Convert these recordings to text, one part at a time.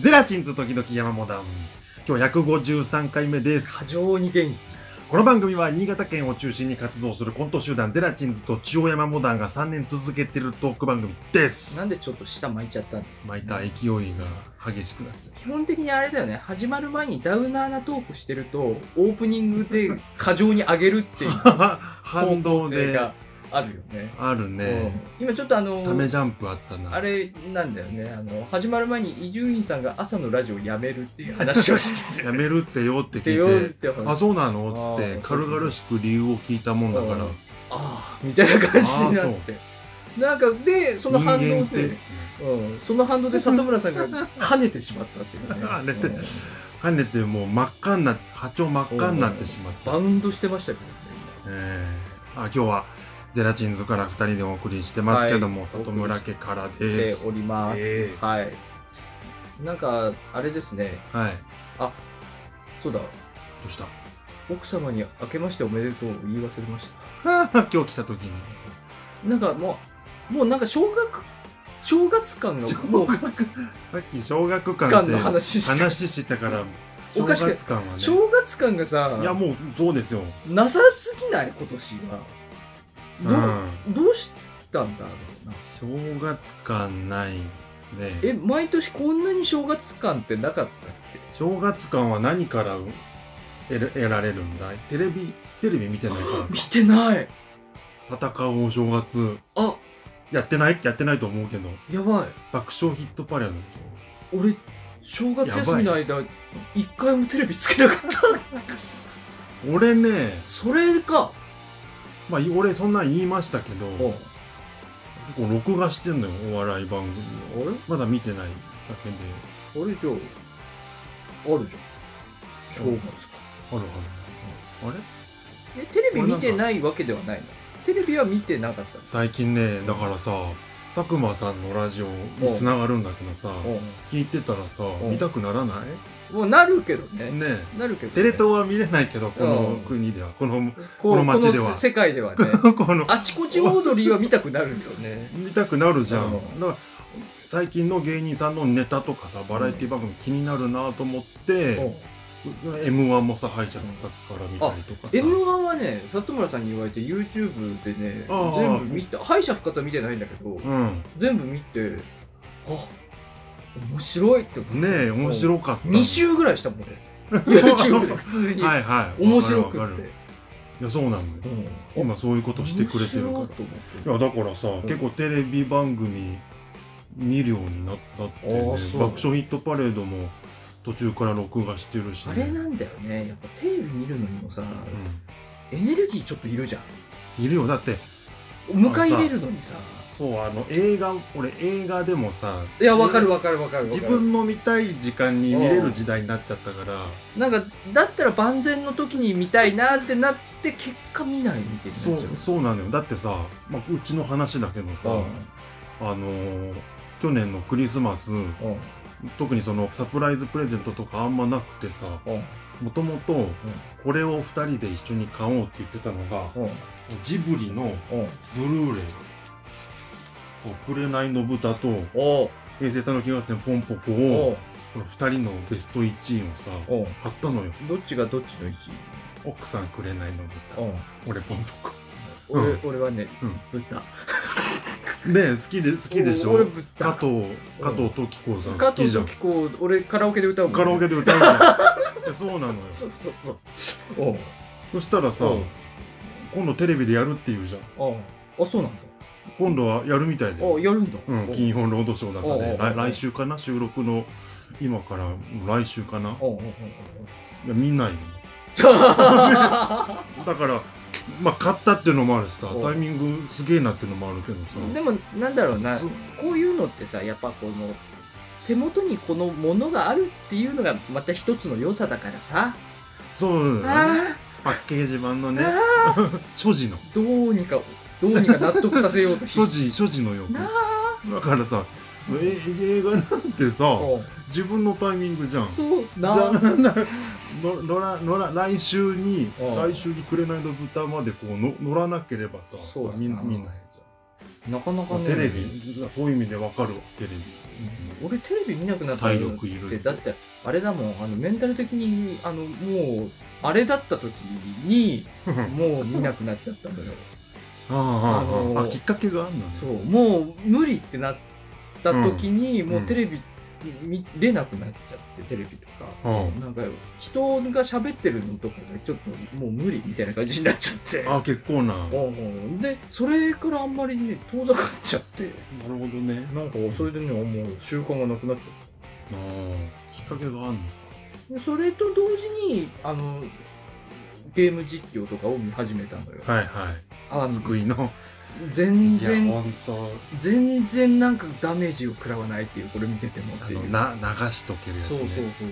ゼラチンズ時々山モダン。今日153回目です。過剰に元気。この番組は新潟県を中心に活動するコント集団ゼラチンズと千代山モダンが3年続けてるトーク番組ですな。んでちょっと舌巻いちゃったの巻いた勢いが激しくなっちゃ基本的にあれだよね、始まる前にダウナーなトークしてると、オープニングで過剰に上げるっていう う。反動性で。があるよね。あるね。うん今ちょっとあの、ためジャンプあったな。あれなんだよね、あの、始まる前に伊集院さんが朝のラジオやめるっていう話をしてやめるってよっててよ聞っいて。て 話。あ、そうなのつってあー軽々しく理由を聞いたもんだから。あーみたいな感じになって。なんか、で、その反人間動ってで、うん、その反動で里村さんが跳ねてしまったっていうね。 跳ねてうん跳ねてもう真っ赤になって波長真っ赤になってしまったバ。ウンドしてましたけどね。えー、あ今日はゼラチンズから2人でお送りしてますけども、はい里村家からで来すております。ええはい。なんか、あれですね。はいどあ、そうだ。うした 奥様に明けましておめでとうを言い忘れました。今日来た時になんかもう、もうなんか小学、正月感がもう、さっき小学館感での話して話したからお正かしくない月感はね正月感がさ、いやもうそうですよ、なさすぎない今年うは。ん、どう、どうしたんだろうな。正月感ないですえ、ね毎年こんなに正月感ってなかったっけ正月感は何から得る得られるんだいテレビテレビ見てないか見てないら 戦おう正月あ、やってないやってないと思うけどやばい。爆笑ヒットパレードでしょ俺正月休みの間一回もテレビつけなかった俺ね、それかまあ、い俺そんなん言いましたけど、おう結構録画してんのよ、お笑い番組を。まだ見てないだけで。あれじゃああるじゃん正月かあるはず。あれえテレビ見てないわけではないのテレビは見てなかったんです最近ね、だからさ、佐久間さんのラジオに繋がるんだけどさ、おう聞いてたらさ、ん見たくならなもうなるけどいねねえなるけどね、テレ東は見れないけど、こうのん国では、この、 こうこの街ではこの世界ではね この、あちこちオードリーは見たくなるよね見たくなるじゃん。うんだから最近の芸人さんのネタとかさ、バラエティ番組気になるなと思って、おう M1 もさ敗者復活から見たりとかさ、 M1 はね、里村さんに言われて YouTube でねああ、全部見た、敗者復活は見てないんだけど、うん全部見てあ面白いって思ってねえ面白かった2週ぐらいしたもんね YouTube で普通に、はいはい面白わくっかるわかるて、いやそうなのようん、今そういうことしてくれてる面白かいと思ってらいやだからさ、ん結構テレビ番組見るようになったって、ね、あ爆あそう笑ヒットパレードも途中から録画してるし、あれなんだよねやっぱテレビ見るのにもさ、うエネルギーちょっといるじゃんんいるよだって迎え入れるのにさそうあの映画俺映画でもさいやわかるわかるわかるわか自る分の見たい時間に見れる時代になっちゃったからなんかだったら万全の時に見たいなってなって結果見ないみたいにそなうっちゃうそうなのよだってさ、まあ、うちの話だけどさ、あのー去年のクリスマスうんうん特にそのサプライズプレゼントとかあんまなくてさうんもともとこれを2人で一緒に買おうって言ってたのがうんジブリのうんブルーレイ「紅の豚」とおう「平成たぬき合戦ポンポコ」おをうこの2人のベスト1位をさおう買ったのよどっちがどっちの位置奥さん紅の豚俺ポンポコ俺,、う俺はね、うん豚 ねえ好きで好きでし俺ょ豚加藤加藤時子さん加好き藤じゃん時子俺カラオケで歌うもんね、カラオケで歌うの よいやそうなのよそうそうそうおうそしたらさ、うん今度テレビでやるっていうじゃんおうあそうなんだ今度はやるみたいで、あやるんだ、うん、お金曜ロードショーだからおうおうおねう来来週かな収録の今からもう来週かなおうおうおうおういや見ないよだからまあ買ったっていうのもあるしさおうタイミングすげえなっていうのもあるけどさ でもなんだろうなそうこういうのってさやっぱこの手元にこのものがあるっていうのがまた一つの良さだからさ、そうだねあパッケージ版のー、ねあ所持のーどうにかどうにか納得させようと所持し所持のよなあだからさえ映画なんてさおう自分のタイミングじゃんそうなじゃああななののらのら来週にうん来週に「紅の豚」までこうの乗らなければさそうだなみ見ないじなかなかねテレビ、そういう意味でわかるわ、テレビ。俺テレビ見なくなった体の力いってる。だってあれだもんあのメンタル的にあのもうあれだった時にもう見なくなっちゃったのよああああああのあ、きっかけがあるんだね。そうもう無理ってなった時に、んもうテレビ見れなくなっちゃってテレビとか。うん。なんか人が喋ってるのとかがちょっともう無理みたいな感じになっちゃってああ、結構な。なるほうんでそれからあんまりね遠ざかっちゃってどね。なんかそれでねもう習慣がなくなっちゃっあたあ、きっかけがあるの。でそれと同時にあのゲーム実況とかを見始めたのよ。はいはい。あ救いの。全いや、然ほんと。全然なんかダメージを食らわないっていうこれ見ててもっあていのう。な流しとけるやつそうねそうそうそう。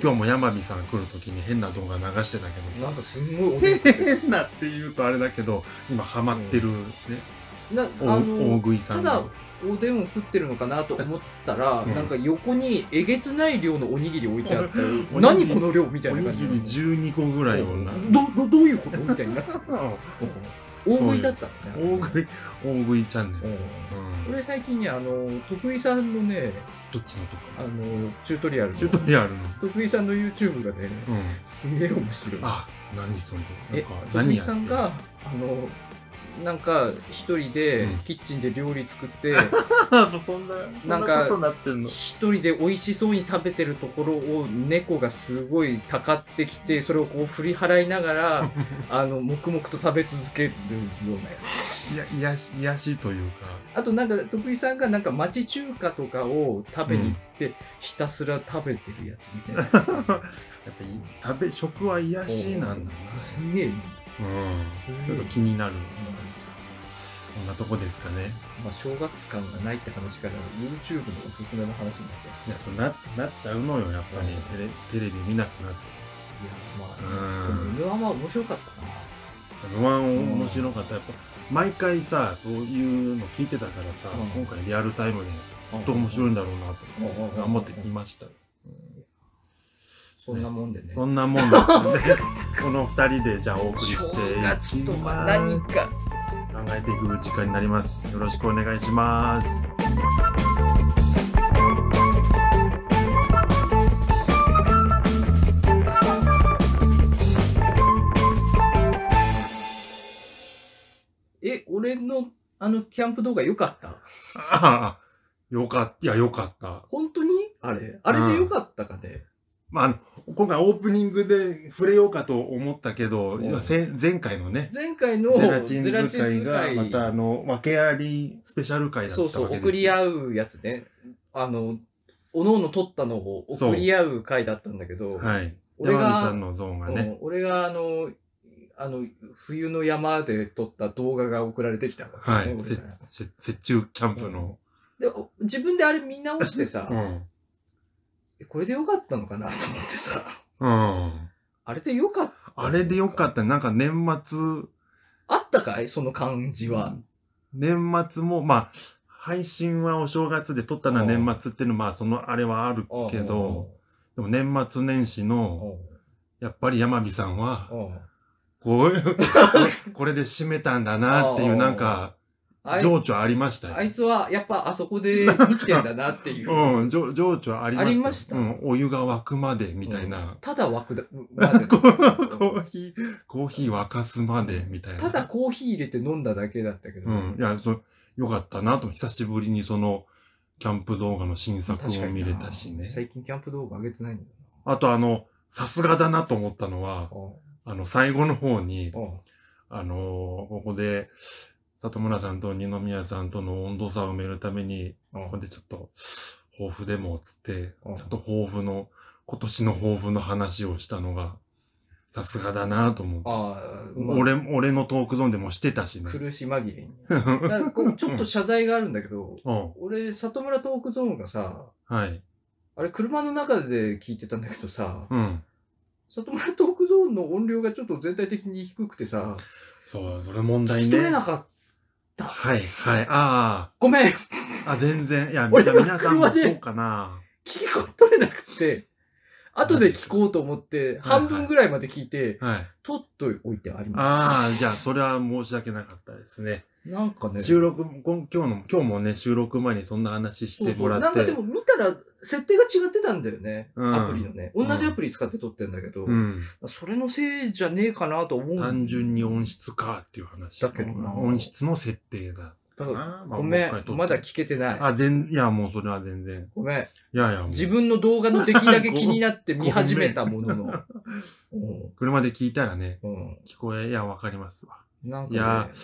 今日も山美さん来る時に変な動画流してたけどなんさかすんごい お変なって言うとあれだけど今ハマってるね、なあお大の食いさんただおでんを食ってるのかなと思ったら、うんなんか横にえげつない量のおにぎり置いてあったり おにぎり何この量みたおいなに感じぎり12個ぐらいをなどどどういうことみたいにな って大食いだったのね大食い大食いチャンネうル、うんん、俺最近ねあの徳井さんのねどっちのとあこのチュートリアルのチュートリアルの、徳井さんの YouTube がねうん、すげえ面白いあ何それなえんか徳何井やってさるんがあのなんか一人でうんキッチンで料理 作って、そんなそなんかになってん一人で美味しそうに食べてるところを猫がすごいたかってきてそれをこう振り払いなが らあの黙々と食べ続けるようなやついや癒やし癒やしというかあとなんか徳井さんがなんか町中華とかを食べに行って、ひたすら食べてるやつみたいな やっぱり食べ食は癒やしなんだなすげえいいうんすちげょえっいとい気になるうんこんなとこですかねまあ、正月感がないって話から YouTube のおすすめの話になっちゃういやそうななっちゃうのよやっぱりうんテレテレビ見なくなっていやまうあ、んでも M1 は面白かったな不安面白かったやっぱ毎回さそういうの聞いてたからさ、うん今回リアルタイムできっと面白いんだろうなと思ってうん頑張ってみま したよ、うんそんなもんでねそんなもんなんでこの二人でじゃあお送りして正月とまあ何か考えていく時間になりますよろしくお願いします え俺のあのキャンプ動画良かったああよかったいやよかった本当にあれあれで良かったかね、まああの、今回オープニングで触れようかと思ったけど、うんいやせん前回のね、前回のゼラチンゼラチ使いンが、またあ使いの、訳ありスペシャル会だったそわうけですそよう送り合うやつねあのおのおの撮ったのを送り合う回だったんだけど、はい。俺が山口さんのゾーンがね、うん俺があの、あの、冬の山で撮った動画が送られてきたわはけねい。俺せからせ雪中キャンプの、でお自分であれ見直してさ、 うん。えこれでよかったのかなと思ってさ、うん。あれでよかった。あれでよかった。なんか年末、あったかいその感じは。年末も、まあ、配信はお正月で撮ったのは年末っていうのは、まあ、そのあれはあるけど、でも年末年始うん、の、うんやっぱり山美さんは、うんこういう、 これで締めたんだなっていあう、あなんか、あい情緒ありましたよあ。いつはやっぱあそこで生きてんだなっていう。 うん、情情緒ありましたよ。ありましたうん、お湯が沸くまでみたいな。ただ枠だ、ま でコーヒー、コーヒー沸かすまでみたいな。ただ、コーヒー入れて飲んだだけだったけど、うん、いや、そう、よかったなと、久しぶりにその、キャンプ動画の新作確かをに見なれたしね。最近キャンプ動画上げてないんだよあと、あの、さすがだなと思ったのはな、あの、最後の方に、うん。うんあのーここで、里村さんと二宮さんとの温度差を埋めるために、うんここでちょっと、抱負でもつって、うんちょっと抱負の、今年の抱負の話をしたのが、さすがだなと思って、ああ、まあ俺、俺のトークゾーンでもしてたしね。苦し紛 れに。うんだからこうちょっと謝罪があるんだけど、うん俺、里村トークゾーンがさ、はい。あれ、車の中で聞いてたんだけどさ、うん。里村トークゾーンの音量がちょっと全体的に低くてさ、そう、それ問聞題きね。取れなかった。はい、はい。あごめん聞あ、あ、全然。いや、俺が皆さんも車でそうかな。き取れなくて、後で聞こうと思って、半分ぐらいまで聞いて、はい。取っといてありまああ、す。じゃあ、それは申し訳なかったですね。なんかね、収録、こん今日の、今日もね、収録前にそんな話しそうてそもうらなっんて。かでも見たら、設定が違ってたんだよね。うんアプリのね。同じアプリ使って撮ってんだけど、うん。それのせいじゃねえかなと思う。単純に音質かっていう話。だけどな音質の設定だ。だからあごめん、まだ来聞けてない。あ、全、いや、もうそれは全然。ごめん。いやいや、もう自分の動画の出来だけ気になって見始めた ものの。車で聞いたらね、うんうん聞こえ、いや、わかりますわ。なんいかやね、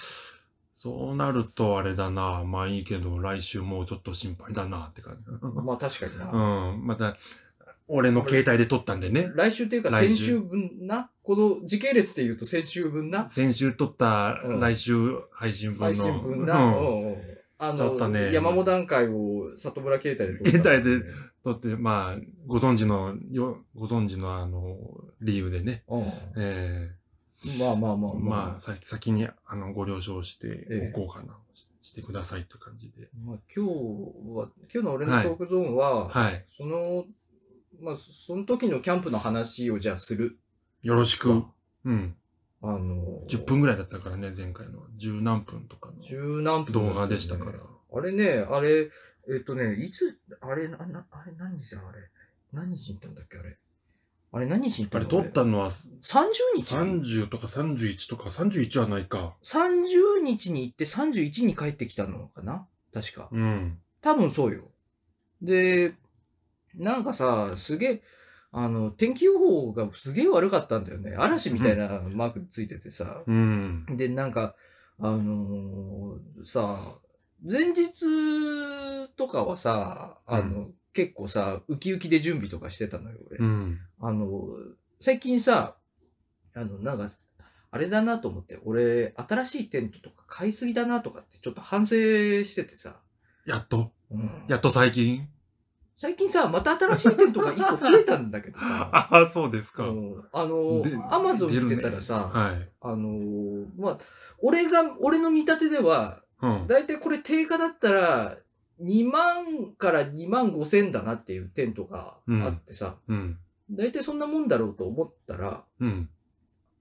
そうなるとあれだな。まあいいけど、来週もうちょっと心配だなって感 じ。まあ確かにうな。ん。また、俺の携帯で撮ったんでね。来週っていうか来週先週分な。この時系列で言うと先週分な。先週撮ったうん来週配信分の。配信分な。ううんんうんあちょっとの、ね山本段階を里村携帯で撮った。携帯で撮って、まあ、ご存知の、よ、ご存知のあの、理由でね。うん。えまあまあまあえまあ、さ先に、あの、ご了承してええおこうかな。ししてくださいという感じで。まあ今日は、今日の俺のトークゾーンは、はい。その、まあ、その時のキャンプの話をじゃあする。よろしく。うん。あの、 10分ぐらいだったからね、前回の。十何分とかの十何分、動画でしたから。。あれね、あれ、えっとね、いつ、あれ、ななあれ何日だ、あれ。何日に行ったんだっけ、あれ。あれ、何日に行ったあれの撮ったのは ?30 日30とか31とか31はないか。 ?30 日に行って31に帰ってきたのかな確か。うん。多分そうよ。で、なんかさ、すげえ、あの、天気予報がすげえ悪かったんだよね。嵐みたいなマークついててさ。うん。で、なんか、あのーさ、前日とかはさ、あの、結構さ、ウキウキで準備とかしてたのよ、俺。うん。あの、最近さ、あの、なんか、あれだなと思って、俺、新しいテントとか買いすぎだなとかってちょっと反省しててさ。やっと、うんやっと最近。最近さ、また新しいテントが1個増えたんだけどさ、 ああ、そうですうか。んあので、アマゾン見てたら出るさ、ねあの、まあ、俺が、俺の見立てでは、はい。うん。だいたいこれ定価だったら、2万から2万5千だなっていうテントがあってさ、うん。だいたいそんなもんだろうと思ったら、うん。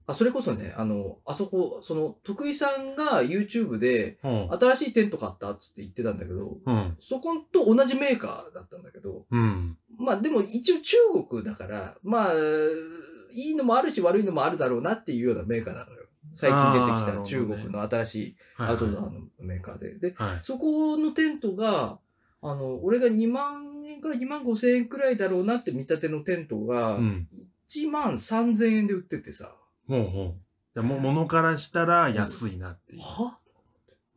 あ、それこそね、あの、あそこ、その、徳井さんが YouTube で、うん。新しいテント買ったっつって言ってたんだけど、うん。そこと同じメーカーだったんだけど、うん。まあでも一応中国だから、まあ、いいのもあるし悪いのもあるだろうなっていうようなメーカーなのよ。最近出てあーなるきたほどね中国の新しいはいはアいウトドアのメーカーで。で、はい。そこのテントが、あの、俺が2万円から2万5千円くらいだろうなって見立てのテントがう、ん。 1万3千円で売っててさ、ほうほう。じゃあも、ものからしたら安いなっていう。は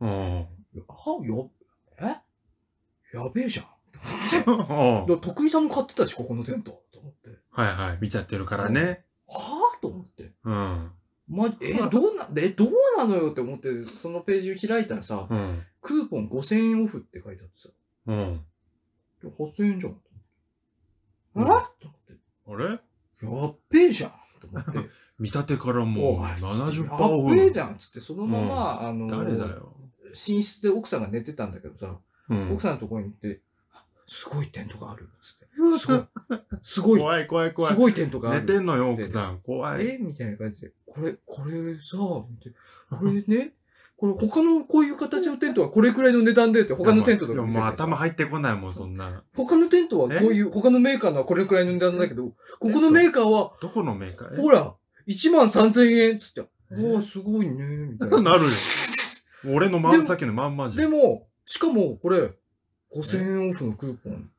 うん。はよ、えやべえじゃん。うんだから徳井さんも買ってたし、ここのテント。と思って。はいはい。見ちゃってるからね。はぁと思って。うん。ま、え、どうな、え、どうなのよって思って、そのページを開いたらさ、うん。クーポン5000円オフって書いてあってさ、うん。いや8000円じゃん。うんえとあれ思って、やっべえじゃんと思って、見立てからもうおい70%オやっべえフじ。ゃんっつって、そのまま、あの、誰だよ。寝室で奥さんが寝てたんだけどさ、うん奥さんのところに行って、あすごいテントがあるっ つって、すごい、すごい、怖い怖い怖いす。ごいテントがある寝てんのよ、つっ奥さん。怖い。えみたいな感じで、これ、これさ、見てこれね、これ他のこういう形のテントはこれくらいの値段でって、他のテントといやもかう見いせやてもうさ頭入ってこないもん、そんな。他のテントはこういう、他のメーカーのはこれくらいの値段だけど、ここのメーカーは、どこのメーカーほら、1万3000円っつって、えおーすごいね、みたい な。な るよ。俺のまん、さっきのまんまじゃでん。も、しかもこれ、5000円オフのクーポン。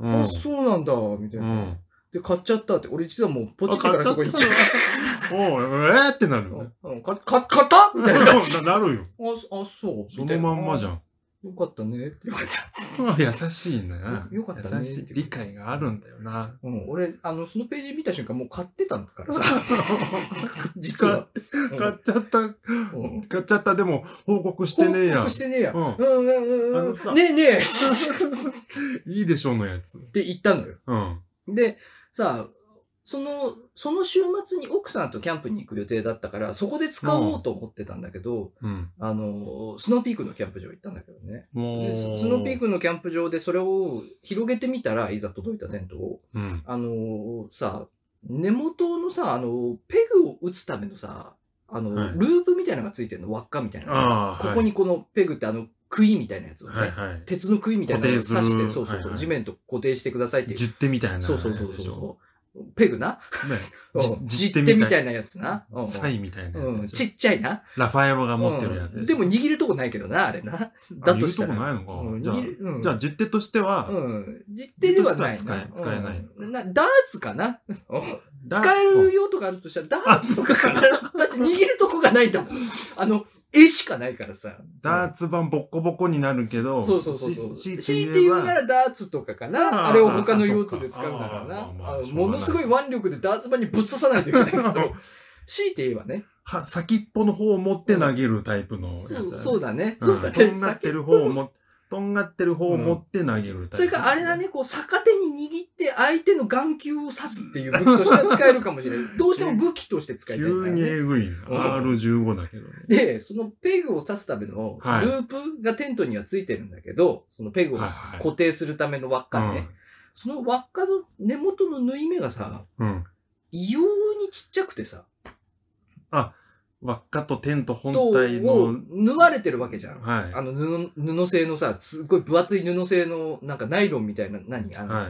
うんあ、そうなんだ、みたいうな。ん。で、買っちゃったって。俺実はもうポチってからそこに行っあて。おう、えーってなるよね。うん、か、か、買ったみたい な。あ、ななるよ。そあそう。そのまんまじゃん。ん。よかったねって言われた。優しいな。よよかったね優しい。理解があるんだよな。うん、俺、あの、そのページ見た瞬間もう買ってたからさ。 実買っは。買っちゃった、うんうん買っちゃった、でも報告してねえや報告。してねえや。うんうんうんあうんうのさん。ねえねえ っいいでしょのやつ。て言ったのよ。うん。で、さ、その、その週末に奥さんとキャンプに行く予定だったから、そこで使おうと思ってたんだけど、うん。あの、スノーピークのキャンプ場行ったんだけどね。もでう。ススノーピークのキャンプ場でそれを広げてみたらいざ届いたテントをうん。あのさ根元のさあのペグを打つためのさあの、はいループみたいなのがついてるの輪っかみたいなのああ、ここにこのペグってあの杭みたいなやつをね、はい、はいはい。鉄の杭みたいなのを刺固定すしてるそうそうそう、はいはい地面と固定してくださいっていう十手みたいな。そうそうそうそうそうペグなね。うんじ実実手手みたいみたいなやつな、うんサイみたいなうやん、つでしちょ。っちゃいなラファエロが持ってるやつうんしょでも、握るとこないけどなあれなだとしたらあ言うとこないのか。じゃあうん握るうんじゃあ、十手としては、うん。実手ではないな。実手としては使えうん使えなダーツかなうんだ使える用とかあるとしたら、ダーツとかかな。だって握るとこがないんだもん。あの、絵しかないからさ。ダーツ版ボッコボコになるけど、そうそうそうそう。し強い強いてて言言えうなば、らダーツとかかあーな。あれを他の用途で使うならあなーそっ。かあーまあまああのしょうがないものすごい腕力でダーツ版にぶっ刺さないといけないけど、強いて言えばね。は先っぽの方を持って投げるタイプのやつだそねうそうだね。うそんうだとね。んがっ先てる方をも、とんがってる方を持って投げるタイプ。それからあれだね、こう逆手に握って相手の眼球を刺すっていう武器としては使えるかもしれない。どうしても武器として使いたいんだ急よにね。えぐいな。うん R15 だけどね。で、そのペグを刺すためのルはいープがテントにはついてるんだけど、そのペグをはいはい固定するための輪っかね。その輪っかの根元の縫い目がさ、うん。うん異様にちっちゃくてさ、輪っかとテント本とを体の、縫われてるわけじゃん。はい。あの布、布製のさ、すっごい分厚い布製の、なんかナイロンみたいな、何あの、はい。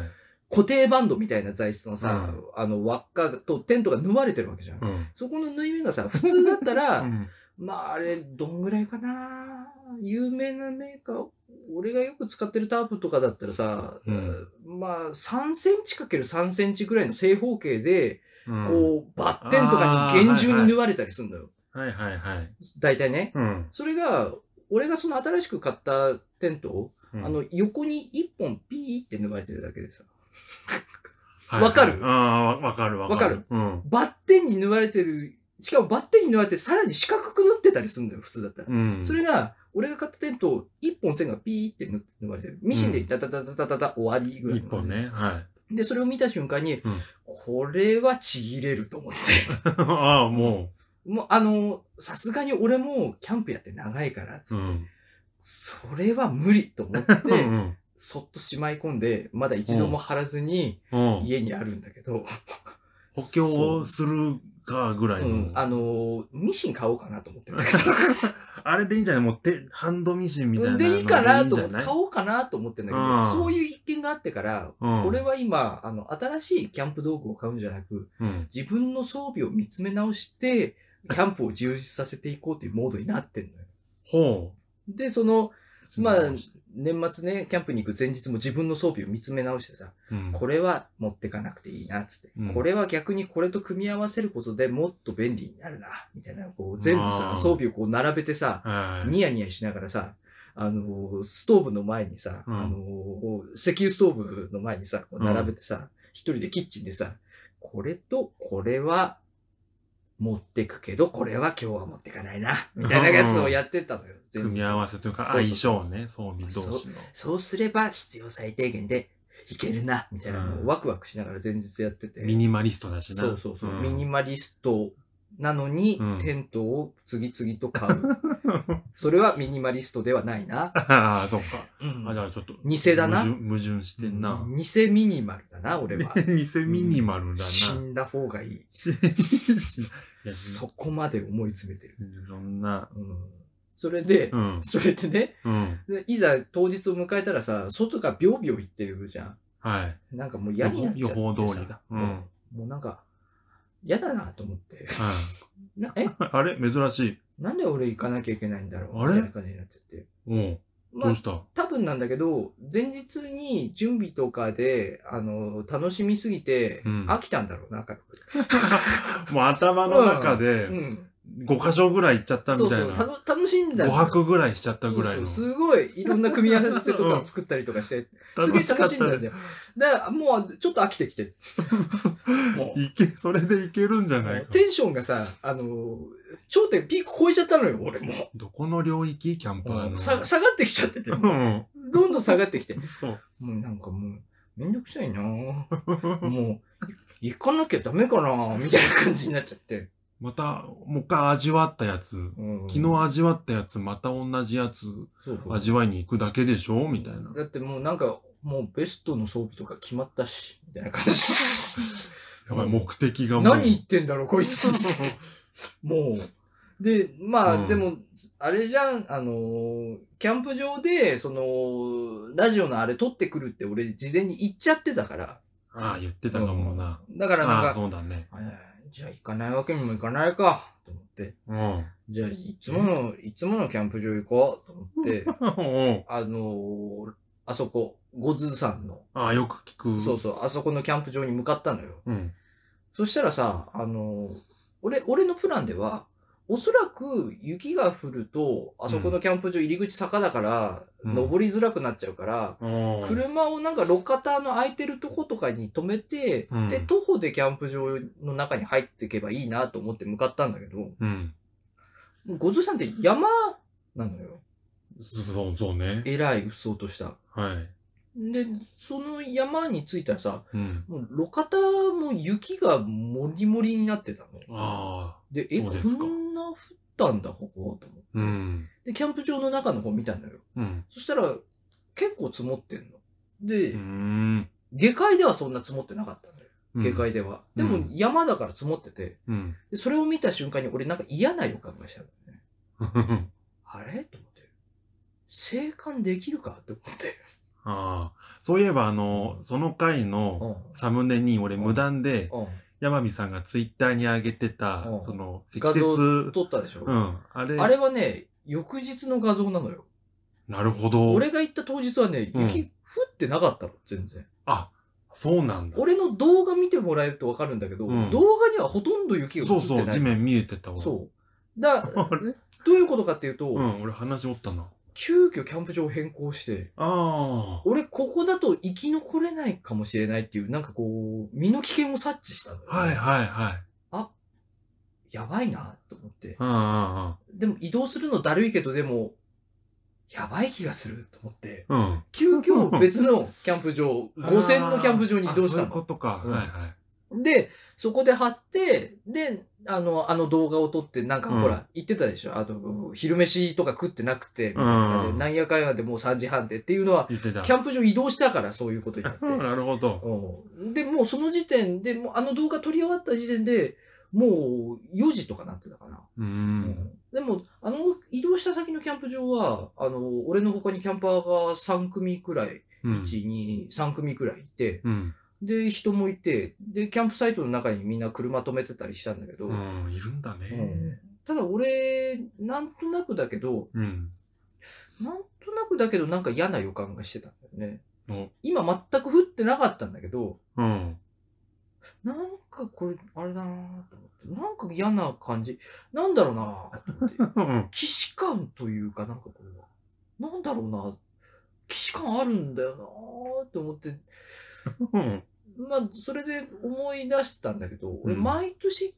固定バンドみたいな材質のさ、あの輪っかとテントが縫われてるわけじゃん。うんそこの縫い目がさ、普通だったら、 うん。まああれ、どんぐらいかな有名なメーカー、俺がよく使ってるタープとかだったらさ、うんまあ3センチかける3センチぐらいの正方形で、うんこう、バッテンとかに厳重に縫われたりするんだよ。はいはいはい。大体ね。うん。それが、俺がその新しく買ったテントを、うんあ、の、横に一本ピーって縫われてるだけでさ、はいわかるああ、わわかるわかる。わうん。バッテンに縫われてる、しかもバッテンに縫われてさらに四角く縫ってたりするんだよ、普通だったら。うん。それが、俺が買ったテント、一本線がピーって縫って縫われてる。ミシンでダダダダダダダ終わりぐらい。一本。ね。はい。で、それを見た瞬間にうん、これはちぎれると思って。 ああ、ももう、あの、さすがに俺もキャンプやって長いから、つう。うって。ん。それは無理と思って、うんそっとしまい込んで、まだ一度も貼らずにうん。うん家にあるんだけど。 補強をするかぐらいそうの。う ん、ああの、ミシン買おうかなと思ってんだけど。 れでいいんじゃないもう手、ハンドミシンみたいなのでいいかなと思って、でいいんじゃない買おうかなと思ってんだけうんど、そういう一件があってから、うん俺は今、あの、新しいキャンプ道具を買うんじゃなく、うん。自分の装備を見つめ直して、キャンプを充実させていこうっていうモードになってんのよ。ほで、その、う。まあ年末ね、キャンプに行く前日も自分の装備を見つめ直してさ、うん、これは持ってかなくていいな、つって、うんこれは逆にこれと組み合わせることでもっと便利になるな、みたいな、こう、全部あさー、装備をこう並べてさ、はい。ニヤニヤしながらさ、あのーストーブの前にさ、うんあのー石油ストーブの前にさ、こううん並べてさ、一、人でキッチンでさ、これとこれは持ってくけど、これは今日は持ってかないな、みたいなやつをやってたのよ。前日組み合わせというか、そうそ相う性ね、装備同士の。そうすれば必要最低限でいけるな、みたいなのうをんワクワクしながら前日やってて。ミニマリストだしな。そうそうそう、んミニマリストなのに、うんテントを次々と 買う。それはミニマリストではないな。ああ、そっか。うんあ、じゃあちょっと。偽だな矛盾矛盾してんな。偽ミニマルだな、俺 は。偽ミニマルだ死 な。んだ方がいい。いやそこまで思い詰めてる。そんな。うん、それで、うん。それでね、うん。でいざ当日を迎えたらさ、外がビョビョ言ってるじゃん。はい。なんかもう嫌になっちゃってさ。予報通りだうんもうなんか、嫌だなと思って。はいなえ、あれ珍しい。なんで俺行かなきゃいけないんだろうあれみたいな感じになっちゃって。おうまどあうし、た 多分なんだけど、前日に準備とかで、あの、楽しみすぎて、うん飽きたんだろうな、軽く。もう頭の中うでん。 5箇所ぐらい行っちゃったそみうたそ、いうな。たの楽しんだ5泊ぐらいしちゃったぐらいそうの。そうすごい、いろんな組み合わせとかを作ったりとかして、すげえ楽しんだんだね。よ。だから、もう、ちょっと飽きて きて。もういけ、それでいけるんじゃないか。テンションがさ、あのー、頂点ピーク超えちゃったのよ、俺も。どこの領域キャンパーの。さ下がってきちゃってて、うどん。んどん下がってきて。そう。 もうなんかもう、めんどくさいなぁもう、行かなきゃダメかなみたいな感じになっちゃって。また、もう一回味わったやつ。うん昨日味わったやつ、また同じやつ、そうそう味わいに行くだけでしょみたいな。だってもうなんか、もうベストの装備とか決まったし、みたいな感じ。やばい、目的がもう。何言ってんだろう、こ いつ。もう。で、まあ、うんでも、あれじゃん、あのー、キャンプ場で、その、ラジオのあれ撮ってくるって俺、事前に言っちゃってたから。ああ、言ってたかもな。だからなんああ、か、そうだね。えーじゃあ行かないわけにもいかないか、と思って。うん。 じゃあ、いつもの、いつものキャンプ場行こう、と思 って、うんあのー、あそこ、ゴズさんの、ああ、よく聞く。そうそう、あそこのキャンプ場に向かったのよ。うん。そしたらさ、あの、俺、俺のプランでは、おそらく雪が降ると、あそこのキャンプ場入り口坂だから、うん登りづらくなっちゃうから、うん。車をなんか路肩の空いてるとことかに止めて、うんで、徒歩でキャンプ場の中に入っていけばいいなと思って向かったんだけど、うん。ごずさんって山なのよ。そそう、そうね。えらい鬱蒼とした。はい。で、その山に着いたらさ、うん。もう路肩も雪がもりもりになってたの。ああ、で、え、そうこですかんな降ったんだ、ここ、と思って。うん。で、キャンプ場の中の方見たのよ。うん。そしたら、結構積もってんの。で、うん。下界ではそんな積もってなかったのよ。うん下界では。うんでも、山だから積もってて、うん。でそれを見た瞬間に俺なんか嫌な予感がしたのよね。あれと思って。生還できるかと思って。 ああ。そういえば、あの、その回のうサムネに俺うん無断で、ん。 山見さんがツイッターに上げてたう、んその、積画雪。像う撮ったでしょ、ん。あれ、あれはね、翌日の画像なのよ。なるほど。俺が行った当日はね、うん雪降ってなかったの、全然。あ、そうなんだ。俺の動画見てもらえると分かるんだけど、うん動画にはほとんど雪が映ってそなうい。そう、地面見えてたわ。そうだ、 あれどういうことかっていうと、うん、俺話おったな。急遽キャンプ場を変更して、ああ。俺ここだと生き残れないかもしれないっていう、なんかこう、身の危険を察知したのよはいはいはい。やばいなと思って。うんうでも移動するのだるいけど、でも、やばい気がすると思って、んうん。うん。急遽別の キャンプ場、5000のキャンプ場に移動したあーあそういうこの。とか。うんはいはい。で、そこで貼って、で、あの、あの動画を撮って、なんかうんほら、言ってたでしょ、あの、昼飯とか食ってなくて、みたいな、うんなんやかんやでもう3時半でっていうのは、言ってた。キャンプ場移動したからそういうことになって。なるほど。うんで、もうその時点で、もうあの動画撮り終わった時点で、もう4時とかなってたかな。う。うんでも、あの、移動した先のキャンプ場は、あの、俺の他にキャンパーが3組くらい、うん。 1、2、3組くらいいて、うん。で、人もいて、で、キャンプサイトの中にみんな車止めてたりしたんだけど、うん。いるんだうんね。ただ俺、なんとなくだけど、うん。なんとなくだけどなんか嫌な予感がしてたんだよねお。今全く降ってなかったんだけど、うん。なんかこれ、あれだなと思って、なんか嫌な感じ、なんだろうなと思って、うん。既視感というかなんかこう、なんだろうな既視感あるんだよなと思って、うん。まあ、それで思い出したんだけど、俺、うん毎年、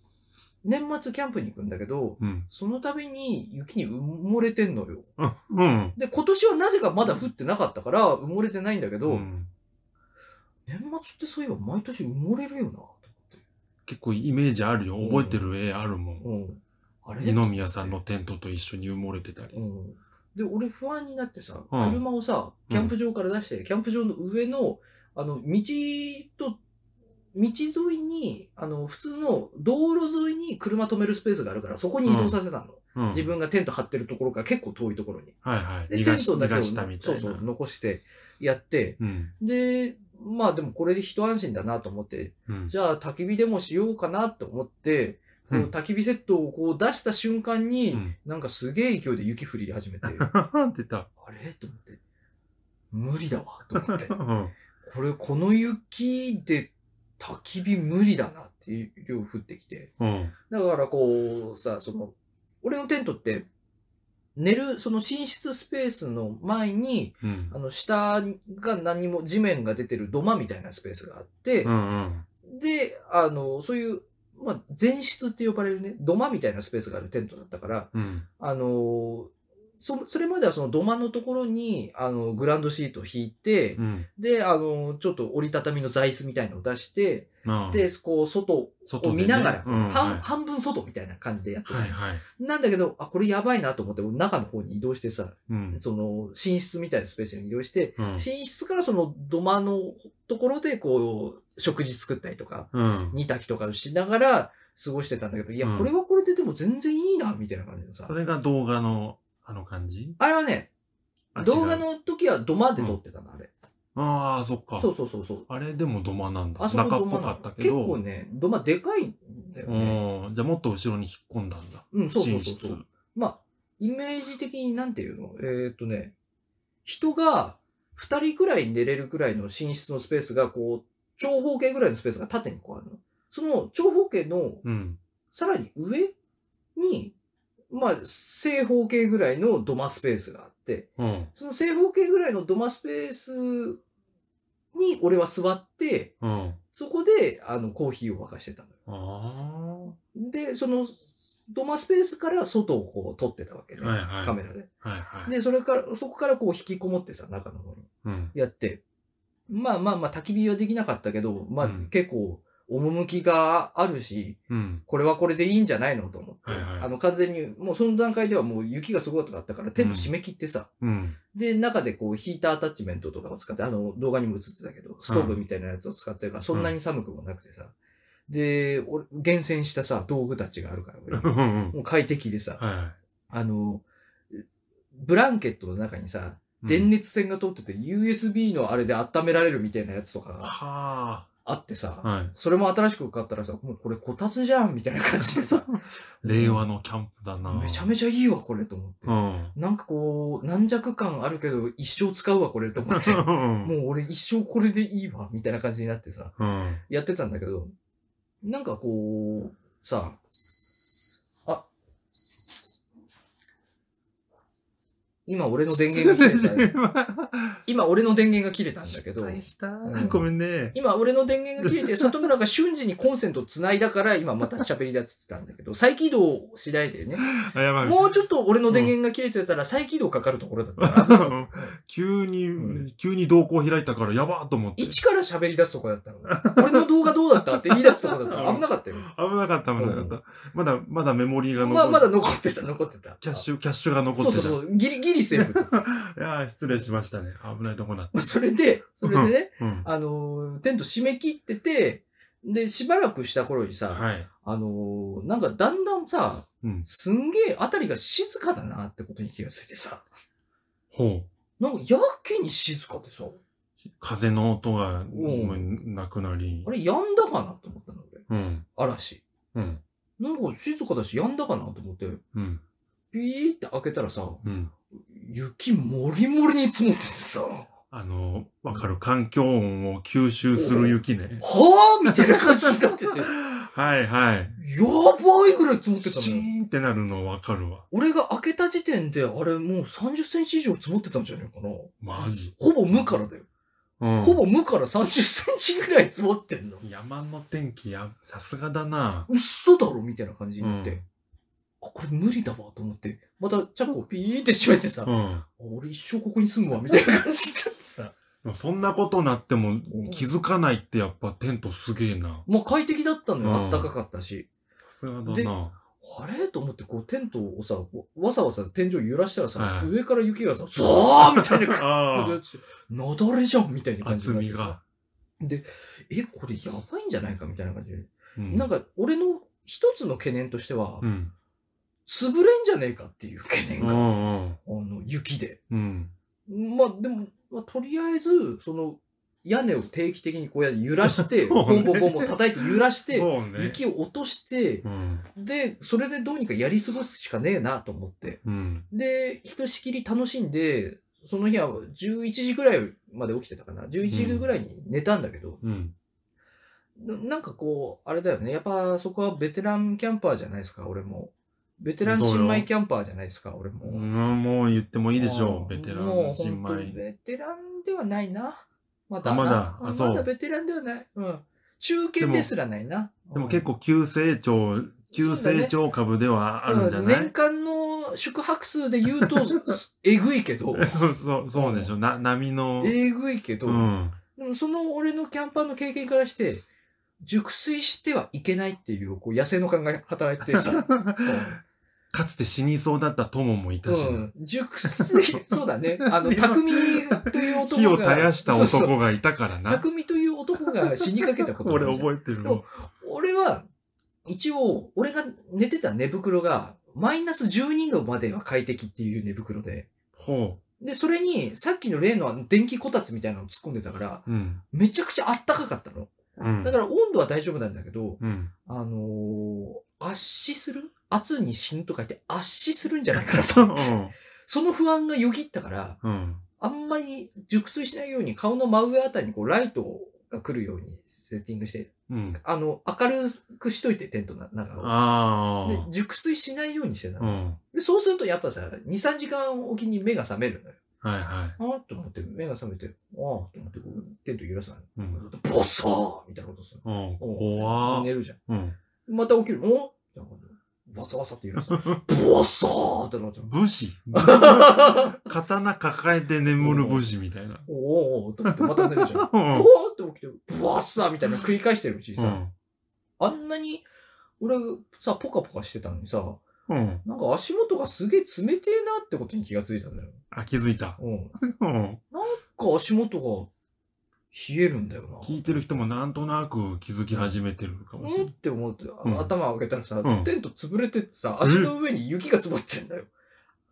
年末キャンプに行くんだけど、うん。その度に雪に埋もれてんのよ。うん。で、今年はなぜかまだ降ってなかったから、埋もれてないんだけど、うん年末ってそういえば毎年埋もれるよな、と結構イメージあるよ。うん覚えてる絵あるもん。思って。うん。あれ二宮さんのテントと一緒に埋もれてたりう。ん。で、俺不安になってさ、うん車をさ、キャンプ場から出して、キャンプ場の上の、あの、道と、道沿いに、あの、普通の道路沿いに車止めるスペースがあるから、そこに移動させたの。うん自。分がテント張ってるところから結構遠いところに。はいはい。で、逃テがンしトだ逃けをがしたみたそういそなう、。残してやって、うん。で、まあでもこれで一安心だなと思って、うん。じゃあ焚き火でもしようかなと思って、こううん焚き火セットをこう出した瞬間に、うん。なんかすげえ勢いで雪降り始めて、出た。あれと思って、無理だわ、と思ってう。ん。これ、この雪で焚き火無理だなっていう量降ってきて。うん。だからこう、さ、その、俺のテントって、寝る、その寝室スペースの前に、うんあ。の、下が何も地面が出てる土間みたいなスペースがあってう、んうん。で、あの、そういう、まあ、前室って呼ばれるね、土間みたいなスペースがあるテントだったから、うん。あの、そそれまではその土間のところにあのグランドシートを引いて、うん。であのちょっと折りたたみの座椅子みたいのを出して、うん、でこう外を外でね見ながら、うん半はい半分外みたいな感じでやってる、はいはい。なんだけどあこれやばいなと思って俺中の方に移動してさうん。その寝室みたいなスペースに移動してうん。寝室からその土間のところでこう食事作ったりとかうん。煮炊きとかをしながら過ごしてたんだけどいやうんこれはこれででも全然いいなみたいな感じでさ、それが動画の、あの感じあれはねあ動画。違うの時は土間で撮ってたの、あれ。ああ、そっか。そうそうそうそう。あれでも土間なんだ。あそこ中っ土間ぽなかのったけ結ど。構ね、土間でかいんだよね。うん。じゃあもっと後ろに引っ込んだんだ。うん、そうそう寝そう室。そう。まあ、イメージ的になんていうのえーっとね、人が2人くらい寝れるくらいの寝室のスペースが、こう、長方形ぐらいのスペースが縦にこうあるの。その長方形のうん。さらに上に、まあ、正方形ぐらいの土間スペースがあって、うん。その正方形ぐらいの土間スペースに俺は座って、うん。そこであのコーヒーを沸かしてたのああ。はよ。で、その土間スペースから外をこう撮ってたわけいね、はい。カメラで。はいはい。で、それから、そこからこう引きこもってさ、中の方にうん。やって、まあまあまあ焚き火はできなかったけど、まあうん結構趣があるし、うん。これはこれでいいんじゃないのと思って、はいはいあの完全にもうその段階ではもう雪がすごかったからテント締め切ってさ、うん。で、中でこう、ヒーターアタッチメントとかを使って、あの、動画にも映ってたけど、ストーブみたいなやつを使ってるから、そんなに寒くもなくてさ。で、俺、厳選したさ、道具たちがあるから、俺うん。もう快適でさ、はあの、ブランケットの中にさ、い。電熱線が通ってて、USB のあれで温められるみたいなやつとかうん。がはあってあ。さ、はい。それも新しく買ったらさ、もうこれこたつじゃんみたいな感じでさ、 令和のキャンプだな。めちゃめちゃいいわ、これと思って。うん。なんかこう、軟弱感あるけど、一生使うわ、これと思って。も う、う俺一生これでいいわ、みたいな感じになってさ、うん。やってたんだけど、なんかこう、さ、あ、今俺の電源が切れた。今俺の電源が切れたんだけど、したうんごめんね。今俺の電源が切 れて、里村が瞬時にコンセント繋いだから、今また喋り出してたんだけど、再起動次第でね、あ、やばい。もうちょっと俺の電源が切れてたら再起動かかるところだったから、 急うに、急に動向開いたからやばーと思って。一から喋り出すとこだったの。俺の動画どうだったって言い出すとこだったの。危なかったよ。危なかった、危なかった。まだ、まだメモリーがまあ、まだる残ってた、残ってた。キャッシュ、キャッシュが残ってそた。うそうそう。ギリギリセーフ だった。いやー失礼しましたね。危ないとこなった。それで、それでね、うん。あのーテント締め切ってて、で、しばらくした頃にさ、はい。あのーなんかだんだんさ、うん。すんげえあたりが静かだなってことに気がついてさ、ほう。なんかやけに静かでさ、風の音が、んもうなくなりあ。れやんだかなと思ったの俺、うん。嵐。うん。なんか静かだしやんだかなと思って、うん。ピーって開けたらさ、うん。雪もりもりに積もっててさ、はあの、わかる。環境音を吸収する雪ね。ぁみたいな感じになってて、や はいはい。ばいぐらい積もってたのシよ。ーンってなるのわかるわ。俺が開けた時点で、あれもう30センチ以上積もってたんじゃないかな。マジ。ほぼ無からだよ。うん。ほぼ無から30センチぐらい積もってんの。山の天気や、さすがだな。嘘だろみたいな感じになって、うんあ、これ無理だわと思って、またチャックをピーって閉めてさ、うあん。俺一生ここに住むわみたいな感じになってさ、でもそんなことなっても気づかないってやっぱテントすげえな。もう快適だったのうよ。んあったかかったし。さすがだでな。あれと思って、こう、テントをさ、わさわさ天井揺らしたらさ、はい上から雪がさ、ザーみたいな感じああ。なだれじゃんみたいな感じ厚になっみてさが。。え、これやばいんじゃないかみたいな感じで。うん なんか、俺の一つの懸念としては、うん。潰れんじゃねえかっていう懸う念が、あんうん。の、雪で。うん。まあ、でも、まあ、とりあえず、その、屋根を定期的にこうやって揺らして、 そうねボンボンボンボン叩いて揺らして、そうね。雪を落としてう、ん。で、それでどうにかやり過ごすしかねえなと思って。うん。で、ひとしきり楽しんで、その日は11時ぐらいまで起きてたかな。11時ぐらいに寝たんだけど、うん。ななんかこう、あれだよね。やっぱそこはベテランキャンパーじゃないですか、俺も。ベテラン新米キャンパーじゃないですか、俺も。うんもう言ってもいいでしょあーう。ベテラもうン、新本当に米。ベテランではないな。まだあな。まだあまそうだベテランではない。うん。中堅ですらないな。でもうん結構急成長、急成長株ではあるんじゃうなんい年間の宿泊数で言 うと、えぐいけど、そう、そうでしょ。な、波の。えぐいけど、うん。でもその俺のキャンパーの経験からして、熟睡してはいけないっていう、こう、野生の考えが働いててさ、 かつて死にそうだった友もいたしう、ん、熟睡、そうだね。あの、匠という男が。火を絶やしたそうそう男がいたからな。匠という男が死にかけたこと俺え覚えてるでもも俺は、一応、俺が寝てた寝袋が、マイナス12度までは快適っていう寝袋で、ほで、それに、さっきの例のあの電気こたつみたいなのを突っ込んでたから、う。うん。めちゃくちゃあったかかったの。うんだ。から温度は大丈夫なんだけど、うん。あのー圧死する圧に死ぬと書いて圧死するんじゃないかなう と。ん。その不安がよぎったから、うん。あんまり熟睡しないように顔の真上あたりにこうライトが来るようにセッティングして、うん。あの、明るくしといてテントの中を。あであ、。熟睡しないようにしてたうの、ん。でそうするとやっぱさ、2、3時間おきに目が覚めるのよ。はいはあーっと思って目が覚めて、あーっと思ってこうテント揺らすのよ。い。うん。ボソーみたいなことするうん。の。怖っ寝るじゃん。うん。また起きる。おみたいな感じで。わさわさって言う のさ。ブワサーってなっちゃう。武 士。 刀抱えて眠る武士みたいな。おおおおと思ってまた寝 るじゃん。うおん。おって起きて、ブワッサーみたいなの繰り返してるうちにうさ、ん。あんなに、俺さ、ポカポカしてたのにさ、うん。なんか足元がすげえ冷てえなってことに気がついたんだよ。あ、気づいた。うん。うん。なんか足元が冷えるんだよな。聞いてる人もなんとなく気づき始めてるかもしうれんっない。て思って、あうん頭を開けたらさ、うんテント潰れてってさ、足の上に雪が積もってん だよ。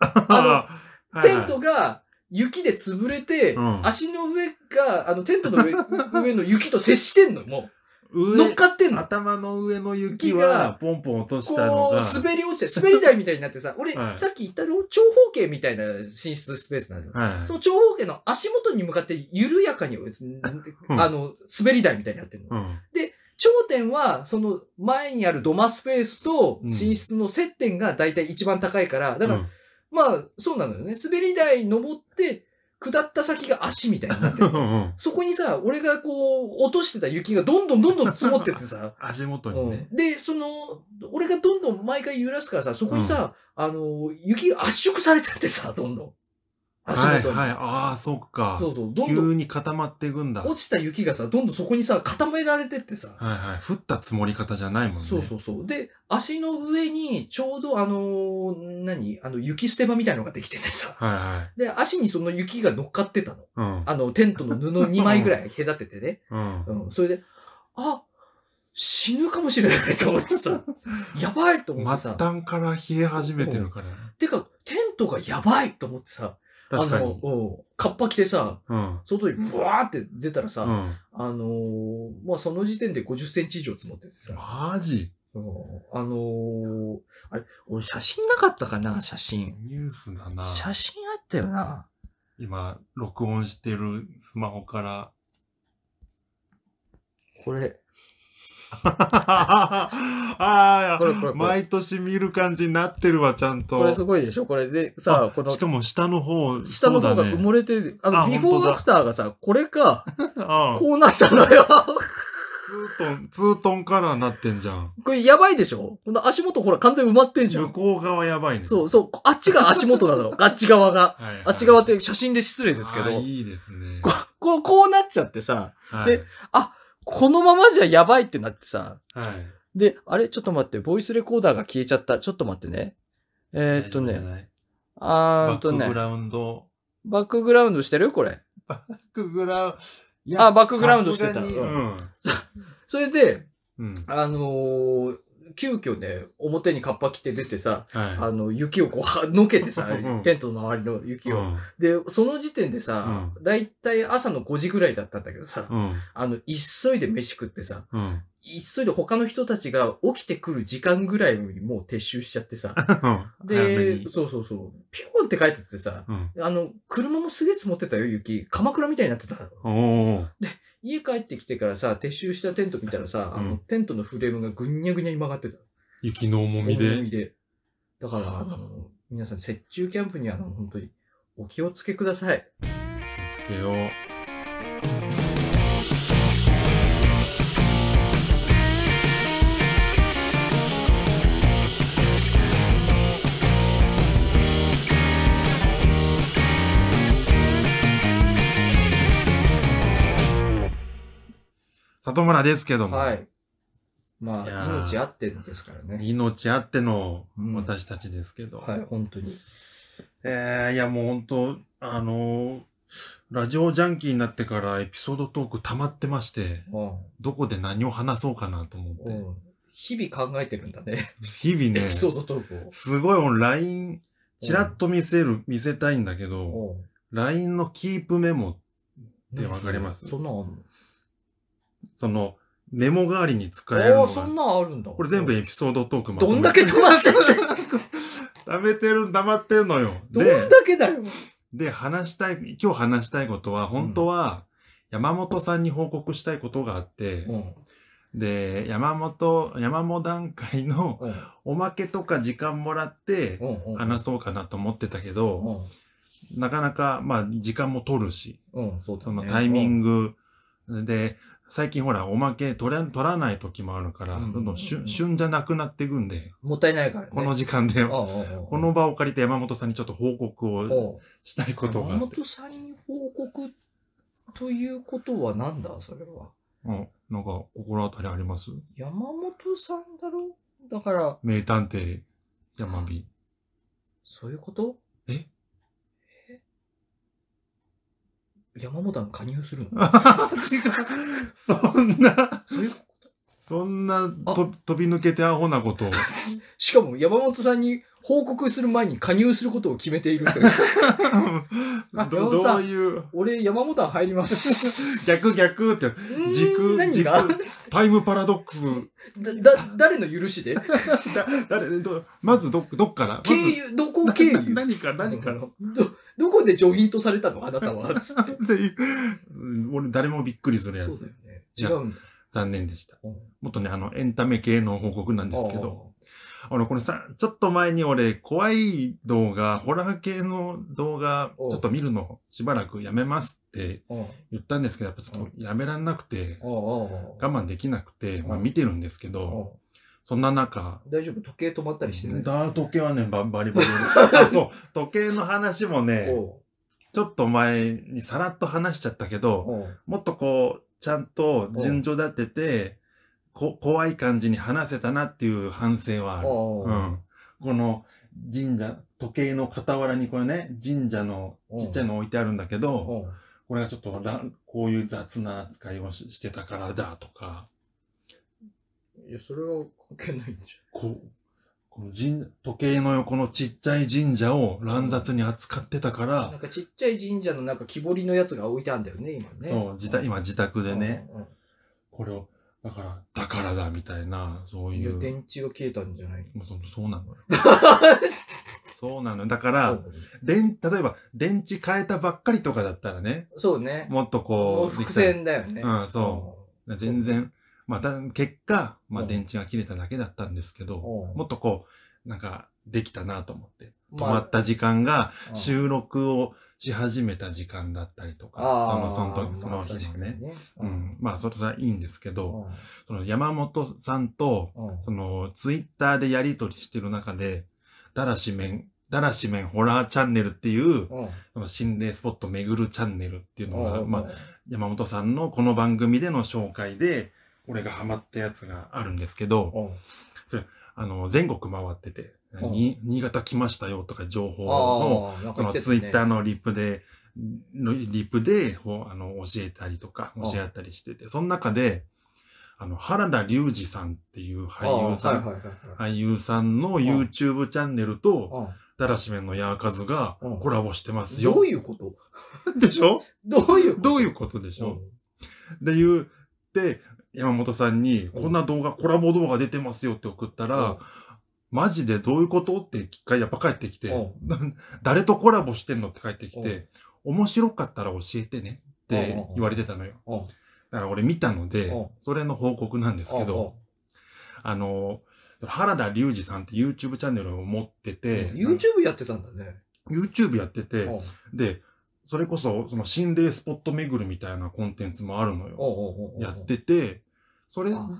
あのテントが雪で潰れて、うん足の上が、あの、テントの上 上の雪と接してんの、もう。乗っ上、かってんの。頭の上の雪雪がはポンポン落としたのこが、う、滑り落ちて、滑り台みたいになってさ、俺、はいさっき言ったの長方形みたいな寝室スペースなのよ。はいそ。の長方形の足元に向かって緩やかに、なんてうんあの、滑り台みたいになってるの。うん。頂点は、その前にある土間スペースとうん寝室の接点が大体一番高いから、だからうんまあ、そうなのよね。滑り台登って、下った先が足みたいになってうる。んうん。そこにさ、俺がこう、落としてた雪がどんどんどんどん積もってってさ 足元うにんね。、で、その、俺がどんどん毎回揺らすからさ、そこにさ、あの、雪が圧縮されてってさ、どんどん。足はい元に。はい。ああ、そっか。そうそう、どんどん急に固まっていくんだ。はい落ちた雪がさ、どんどんそこにさ、固められてってさ。はい。降った積もり方じゃないもんね。そうそうそう。で、足の上に、ちょうどあのー何あの、雪捨て場みたいのができててさ。はいはい。で、足にその雪が乗っかってたの。うん。あの、テントの布2枚ぐらい隔ててね。うん。うん。それで、あ、死ぬかもしれないと思って さ、やばいと思って末さ。端から冷え始めてるからね。てか、テントがやばいと思ってさ、確かあの、に。うん。カッパ着てさ、うん。外にブワーって出たらさ、うん。あのーまあ、その時点で50センチ以上積もっててさ。マジうんあのーあれ、俺写真なかったかな写真。ニュースだな。写真あったよな。今、録音してるスマホ から。これ。ああこれこれこれ毎年見る感じになってるわ、ちゃんと。これすごいでしょこれで、さあ、このし、かも下の方、下の方が埋もれてる。あの、あビフォ本当ーだアフターがさ、これか、そうだねああこうなったのよ。ツートン、ツートンカラーになってんじゃん。これやばいでしょこの足元ほら完全に埋ま ってんじゃ向ん。こう側やばいね。そうそう、あっちが足元 なの。あっち側が。はいはいあっち側って写真で失礼ですけあーど。いいですね。ここう、こうなっちゃってさ、はいで、このままじゃやばいってなってさ、はい。で、あれちょっと待って、ボイスレコーダーが消えちゃった。ちょっと待ってね。えー、っと大丈夫じゃね、ない。あーバっッとクね、グラウンド。バックグラウンドしてるこれ。バックグラウンあバックグラウンドしてたうん。それで、うん。あのー急遽ね、表にカッパ着て出てさ、あはの、雪をこう、はのけてさうん、テントの周りのい。雪うを。ん。で、その時点でさ、だいたい朝の5時ぐらいだったんだけどさ、うん。あの、急いで飯食ってさ、うん。急いで他の人たちが起きてくる時間ぐらいにもう撤収しちゃっ てさ、早めでに、そうそうそう、ピョーンって帰ってってさ、うん。あの、車もすげえ積もってたよ、雪。鎌倉みたいになってたの。おー家帰ってきてからさ、撤収したテント見たらさ、あうの、んテントのフレームがぐにゃぐにゃに曲がってた。雪の重みで。だから、あの、皆さん、雪中キャンプにはあの、本当に、お気をつけください。つけよう。 「里村ですけども、はい。まいやあ、ー命あってんですからね。命あってのうん私たちですけど。はい、本当に。えー、いやもう本当あのーラジオジャンキーになってからエピソードトーク溜まってまして、うどこで何を話そうかなと思ん。っうん日々考えてるんだね。て。日々エねピ、ソードトークを。すごい俺 LINE、ちらっと見せる、見せたいんだけど、うん LINE のキープメモ、でわかりますそんなんあんその、メモ代わりに使えるのあのあ、そんが、なんあるんだ。これ全部エピソードトークまとめどんだけ止まってる 溜めてる、溜まってんのよ。どでん、だけだよ。で、話したい、今日話したいことは、本当は、山本さんに報告したいことがあって、うん。で、山本、山本段階のうん。おまけとか時間もらって、うんうん。話そうかなと思ってたけうど、ん。なかなか、まあ、時間も取るし、うん、そうだそね。のタイミングで、最近ほら、おまけ取ら取らない時もあるから、うんうんうんどんどん旬旬じゃなくなっていくんで、うん。もったいないからね。この時間で、こうんうんうんの場を借りて山本さんにちょっと報告をうんしたいことがあ山って、本さんに報告ということはなんだそれは。うん、なんか心当たりあります山本さんだろだから、名探偵山 火。そういうことええ山本さん加入する のそんな、そういうことそんなあと飛び抜けてアホなことを。しかも山本さんに報告する前に加入することを決めている という。あど山本さどんういう、 俺、山本さん入ります。逆逆って、時うー空ん何がタイムパラドックス、だ、だ、誰の 許しでだ誰どまずど、どっからまず経由、どこ経由な何から何からど、どこでジョイントされたのあなたは つって。っていううん俺誰もびっくりするやそうだつよね。違うんだ。残念でしたうんもっとねあのエンタメ系の報告なんですけどあのこれさちょっと前に俺怖い動画ホラー系の動画おうちょっと見るのしばらくやめますってああ。うん言ったんですけどやっぱちょっとやめらんなくて我我慢できなくて、まあ、おう見てるんですけどそんな中大丈夫時計止まったりしてないだ時計はねババリバリ あそう時計の話もねおちょっと前にさらっと話しちゃったけど、おもっとこう、ちゃんと順序立てて、こ怖い感じに話せたなっていう反省はある。おうん、この神社、時計の傍らにこれね、神社のちっちゃいの置いてあるんだけど、おこれがちょっとらこういう雑な扱いをししてたからだとか、いや、それは関係ないんじこう、この神時計の横のちっちゃい神社を乱雑に扱ってたかゃん。ならん、かちっちゃい神社のなんか木彫りのやつが置いてあるんだよね、今ね。そう、自宅、今自宅でね、うん。これを、だから、だからだみたいな、そううい。んいうや電池が消えたんじゃないもうそそうなのよ。そうなのよ。だからの、電、例えば、電池変えたばっかりとかだったらね、そうね。もっともうこう、伏線だよね。うんそ全然、まあ、た結果、まあ、うん電池が切れただけだったんですけうん。ど、ももっとこう、なんか、できたなと思って。止止まった時間が、た収録をし始めた時間だったりとか、その、その時、その日のね。。あーまあ確かにうん。まあ、それはいいんですけど、うその山本さんと、んうんその、ツイッターでやりとりしてる中で、だらしめん、だらしめんホラーチャンネルっていう、うんその心霊スポット巡るチャンネルっていうのが、うんまあ、山本さんのこの番組での紹介で、俺がハマったやつがあるんですけど、うんあの、全国回ってて、うんに新潟来ましたよとか情報の、ああ、なんそか言のってツイッターーのリプで、のリプで、ほあの、教えたりとか、うん教え合ったりしてて、その中で、あの、原田龍二さんっていう俳優さんはいはいはいはい俳優さんの YouTube チャンネルと、うんだらしめんのヤーカズがうんコラボしてますよど。ういうことでしょどういうことどういううことでしょんで、言って、山本さんに、うんこんな動画、コラボ動画出てますよって送ったら、マジでどういうことって一回やっぱ帰ってきてう、誰とコラボしてんのって帰ってきて、面白かったら教えてねって言われてたのよ。うんうんだから俺見たのでうん、それの報告なんですけど、あの、原田龍二さんって YouTube チャンネルを持ってうんて、うん YouTube やってたんだね。 YouTube やってうんて、で、それこそ、その心霊スポット巡るみたいなコンテンツもあるのよ。やっ。うんうんうんうんてて、それであ、好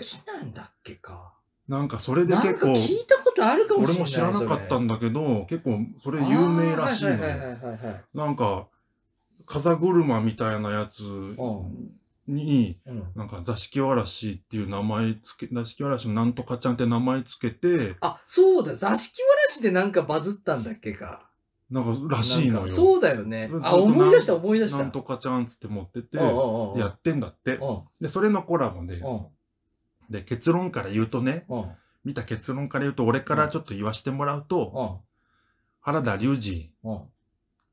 きなんだっけか。なんかそれでな結んか構、聞いたことあるかもしれ俺ない。も知らなかったんだけど、結構そそれれ有名らしいのあーはいはいはよ。いはいはいはいなんか、風車みたいなやつに、うん。なんか座敷わらしっていう名前つけ、座敷わらしのなんとかちゃんって名前つけて、あ、そうだ、座敷わらしでなんかバズったんだっけか。なんからしいのなんよ。かそうだよねずっ。とあ、思い出した思い出した。なんとかちゃんつって持ってて、うんうんうんやってんだって。うで、それのコラボで、んうんで、結論から言うとね、うん見た結論から言うと、俺からちょっと言わしてもらうと、うん原田隆二、うん。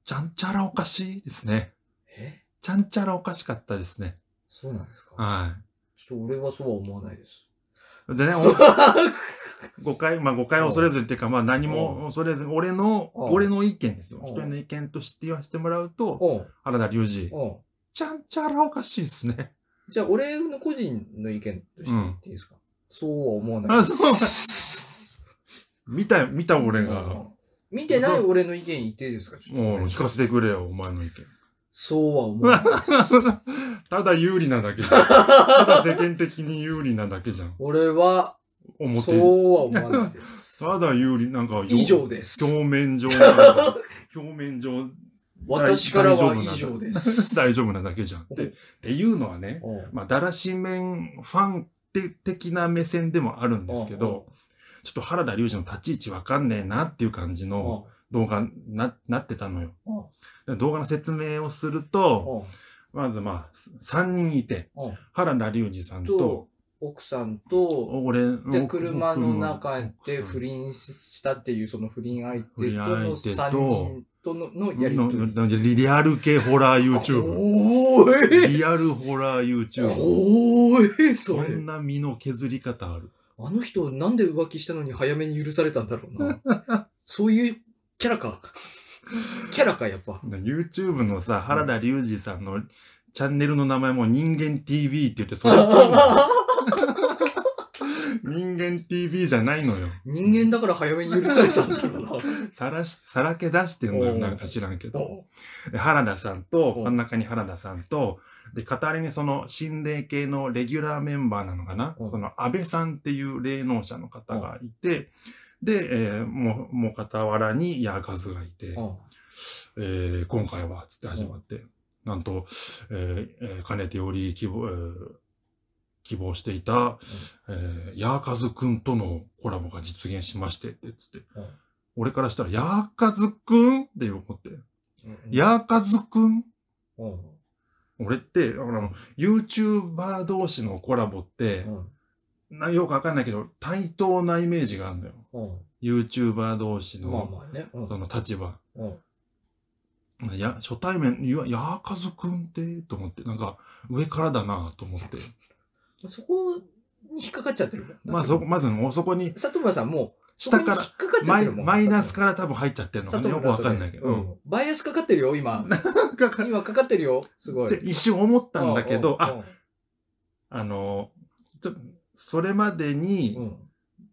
ちゃんちゃらおかしいですね。えちゃんちゃらおかしかったですね。そうなんですかはちょっと俺はそうは思わな いです。い。でね、お 誤解、まあ誤解を恐れずにっていうか、まあ何も恐れずに、俺の、うん俺の意見ですよ。うん一人の意見として言わせてもらうと、うん。原田隆二、うん。ちゃんちゃらおかしいですね。じゃあ、俺の個人の意見として言っていいですか、そうは思わない。あそう見た、見た俺うが、ん見てない俺の意見言っていいですかちょっともう聞かせてくれよ、お前の意見。 そうは思わないです。ただ有利なだけじゃん。ただ世間的に有利なだけじゃん。俺は、表そうは思わないです。ただ有利、なんかよ、以上です表面上なん か、表面上、私からは大以丈夫なん上だで す。大丈夫なだけじゃん。って、うんっていうのはね、うんまあ、だらし面ファンって的な目線でもあるんですけど、ちょっと原田隆二の立ち位置わかんねえなっていう感じうんの動画な、なってたのよ。うん動画の説明をするうと、んまずまあ、3人いて、うん原田隆二さんと、と、奥さんと、俺、で、僕車の中でうん不倫したっていう、その不倫相手と不倫の相手と3人とののやりとり。ののリアル系ホラー YouTube。おーいリアルホラー YouTube。おーいそそれ。んな身の削り方ある。あの人、なんで浮気したのに早めに許されたんだろうな。 そういうキャラか。キャラか、や っぱ。 YouTube のさ、原田隆二さんのチャンネルの名前も人間 TV って言って、それやってんの人間 TV じゃないのよ。人間だから早めに許されたんだろうな。さらし、さらけ出してんのよ、おうなんか知らんけど。お で原田さんと、うん真ん中に原田さんと、で、片りにその心霊系のレギュラーメンバーなのかな、うんその安倍さんっていう霊能者の方がいて、で、えーもう、もう傍らに矢数がいて、うんえー今回は、つって始まって、なんと、えーえーかねてより希望、えー希望していた、えー、ヤーカズくんとのコラボが実現しまして、って、つって。うん俺からしたら、ヤーカズくんって思って、うんヤーカズくんうん俺って、あの、YouTuber 同士のコラボってう、んなよくわかんないけど、対等なイメージがあるのよ。う YouTuber 同士んまあの、まあね。うんその立場。うんや、初対面、いや、やーかずくんって、と思って、なんか、上からだなと思って。そこに引っかかっちゃってるもんまあ、そこ、まず、もうそこに、里村さんもう、下かそら、こに引っかかっちゃっマてイるもんマイナスから多分入っちゃってるのかね。里よく村わさかんないけど。ううんんバイアスかかってるよ、今。かか今かかってるよ、すごってい。一瞬思ったんだけど、うあ、ん、あの、ちょそれまでうんうに、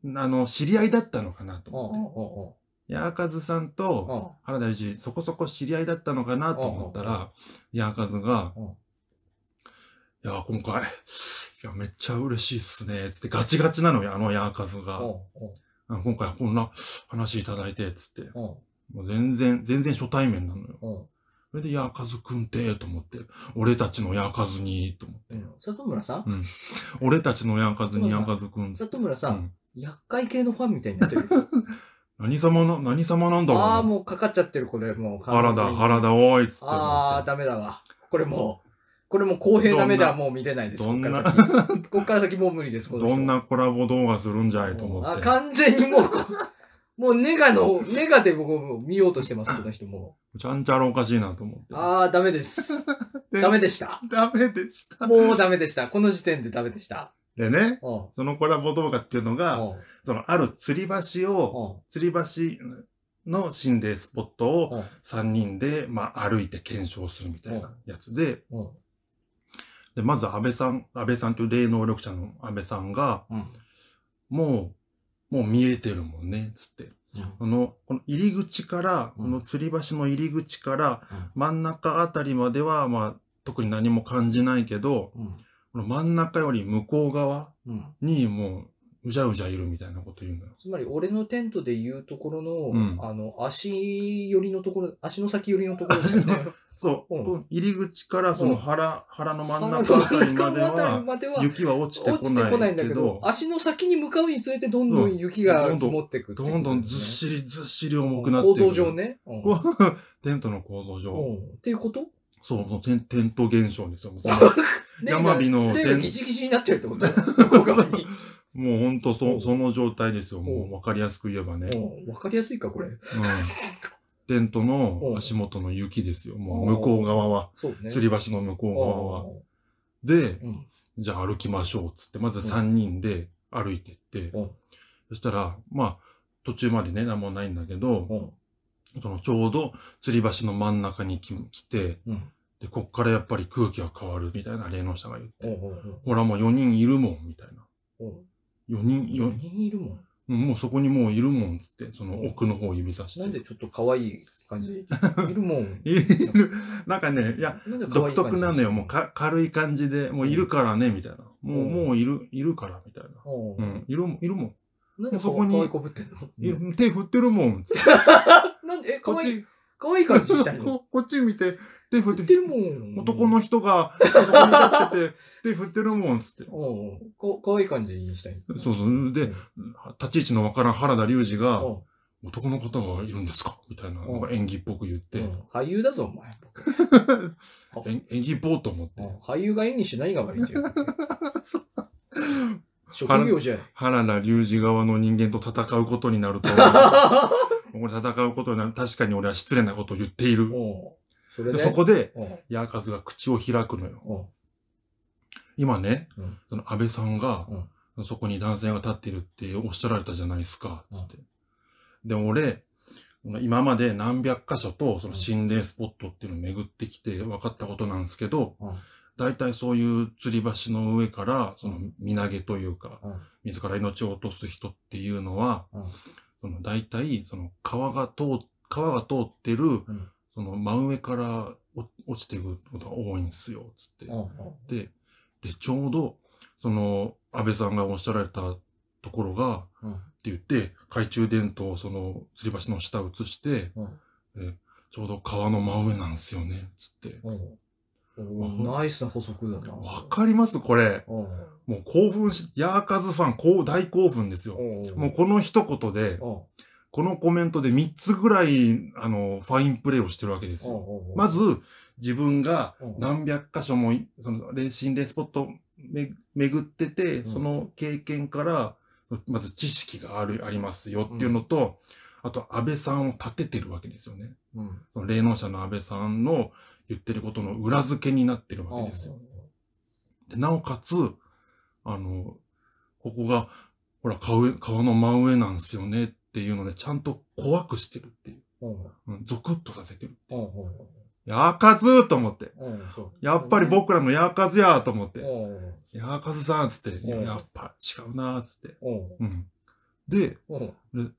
んあの、知り合いだったのかなとうん思って。うやーかずさんんうんうと、ん原田由そこそこ知り合いだったのかなと思ったうんうんら、やーかずがうん、いやー、今回、いや、めっちゃ嬉しいっすね、つって、ガチガチなのよ、あのやーかずが。あの今回こんな話いただいて、つって。うんうんもう全然、全然初対面なのよ。うんそれで、やーかずくんって、と思って、俺たちのやーかずに、と思って。うん里村さん俺たちのやーかずにやーかずくん。里村さ、うんん厄介系のファンみたいになってる。何様の、何様なんだろうあなあ、もうかかっちゃってる、これ、もう完原全田、に。原田、おい、つって思って。ああ、ダメだわ。これもう、これもう公平ダメどだ、んもう見れないです。どんなこっから先こっから先もう無理です、この人どんなコラボ動画するんじゃいと思あ、って。完全にもうこ、もうネガの、ネガで僕もう見ようとしてます、この人もちゃんちゃらおかしいなと思って。う。ああ、ダメです。でダメでした。ダメでした。もうダメでした。この時点でダメでした。でね、うん。うん。そのコラボ動画っていうのが、そのある吊り橋を、う吊り橋の心霊スポットをん。うん。 3人で、まあ、歩いて検証するみたいなやつで、うん。で、まず安倍さん、安倍さんという霊能力者の安倍さんが、うん。もう、もう見えてるもんね、つって。この、この入り口から、うこんの吊り橋の入り口からうん、真ん中あたりまでは、まあ、特に何も感じないけど、うん。この真ん中より向こう側うん。にもうじゃうじゃいるみたいなこと言うのよ。つまり俺のテントで言うところの、うんあの、足寄りのところ、足の先寄りのところですよ ね。そう、うんこの入り口からその腹、腹の真ん中あ真たんり中までのあたりは、までは、雪は落ちてこ落ちてこなないいんだけけどど、、足の先に向かうにつれてどんどん雪がうん積もってくってどいうことんどんずっしりずっしり重くなって構くる造上。ね。うんこうテントの構造上。うんっていうことそう、もうテンテント現象ですよ。も うその霊が山火の霊が天ギチギチになってるってこと向こう側に。もうほんとうそんその状態ですよ。もうんうわかりやすく言えばね。うんうんわかりやすいか、これ。テントうのん足元の雪ですよ。もううん向こう側は。そうね。吊り橋の向こう側は。うで、んじゃあ歩きましょうっつって、まずうん3人で歩いてって、うんそしたら、まあ、途中までね、なんもないんだけうど、んそのちょうど吊り橋の真ん中に来来て、うんで、こっからやっぱり空気が変わるみたいな霊能者が言っうて、んうんほらもう4人いるもん、みたいな。うん4人、四4人いるもん。うんもうそこにもういるもんっつって、その奥の方を指さして。なんでちょっと可愛い感じいるもん。いる。なんかね、いや、なんで可独愛い感じ特なのよ。もうか軽い感じで、もういるからね、みたいな。もう、うんもういる、いるから、みたいな。ううんん、いるもん、いるもん。なんでそこに可愛い子ぶってんいのる手振ってるもん、つって。 なんで、え、こっ可愛い、ち、可愛い感じした のここっち見て、手振振っっててる、もん。男の人が、そこに立って て、手振ってるもん、つって。うんうん。こ可愛い感じにしたい。そうそう。うでん、立ち位置のわからん原田龍二が、うん男の方がいるんですかみたいな、うんなんか演技っぽく言ってう、ん俳優だぞ、お 前。演演技っぽうと思ってう。ん俳優が演技しないが悪いんじゃ ん。職業じゃん。原田龍二側の人間と戦うことになると、俺戦うことになる。確かに俺は失礼なことを言ってい る。うんそれでで。そこで、うんヤーカズが口を開くのよ。うん今ね、うんその安倍さんが、そこに男性が立ってるっておっしゃられたじゃないですか、つって。で、俺、今まで何百箇所と、その心霊スポットっていうのを巡ってきて分かったことなんですけど、うん大体そういう吊り橋の上から、その身投げというか、うん自ら命を落とす人っていうのは、うんその大体その川が通川が通ってる、うんその真上からお落ちていくことが多いんですよつって、うんででちょうどその安倍さんがおっしゃられたところがうんって言って懐中電灯をその吊り橋の下移してうんちょうど川の真上なんですよねつってうんうんナイスな補足だな。わかりますこれうんもう興奮しヤーカズファンこう大興奮ですよ、うんもうこの一言で、うこのコメントで3つぐらい、あの、ファインプレーをしてるわけですんよ。うんうんまず、自分がうん何百箇所もい、その、霊心霊スポットをめ巡ってて、んその経験から、まず知識がある、ありますよっていうのと、あと、安倍さんを立ててるわけですよね。うんその霊能者の安倍さんの言ってることの裏付けになってるわけですよ。でなおかつ、あの、ここが、ほら、川上川の真上なんですよねっていうので、ちゃんと怖くしてるっていう。うんうんうん、ゾクッとさせてる。うんうんやーかずーと思って。うんうんそうやっぱり僕らのやーかずやーと思っうて。んうんやーかずさんっつって、うんやっぱ違うなーっつって。うんうん。で、うん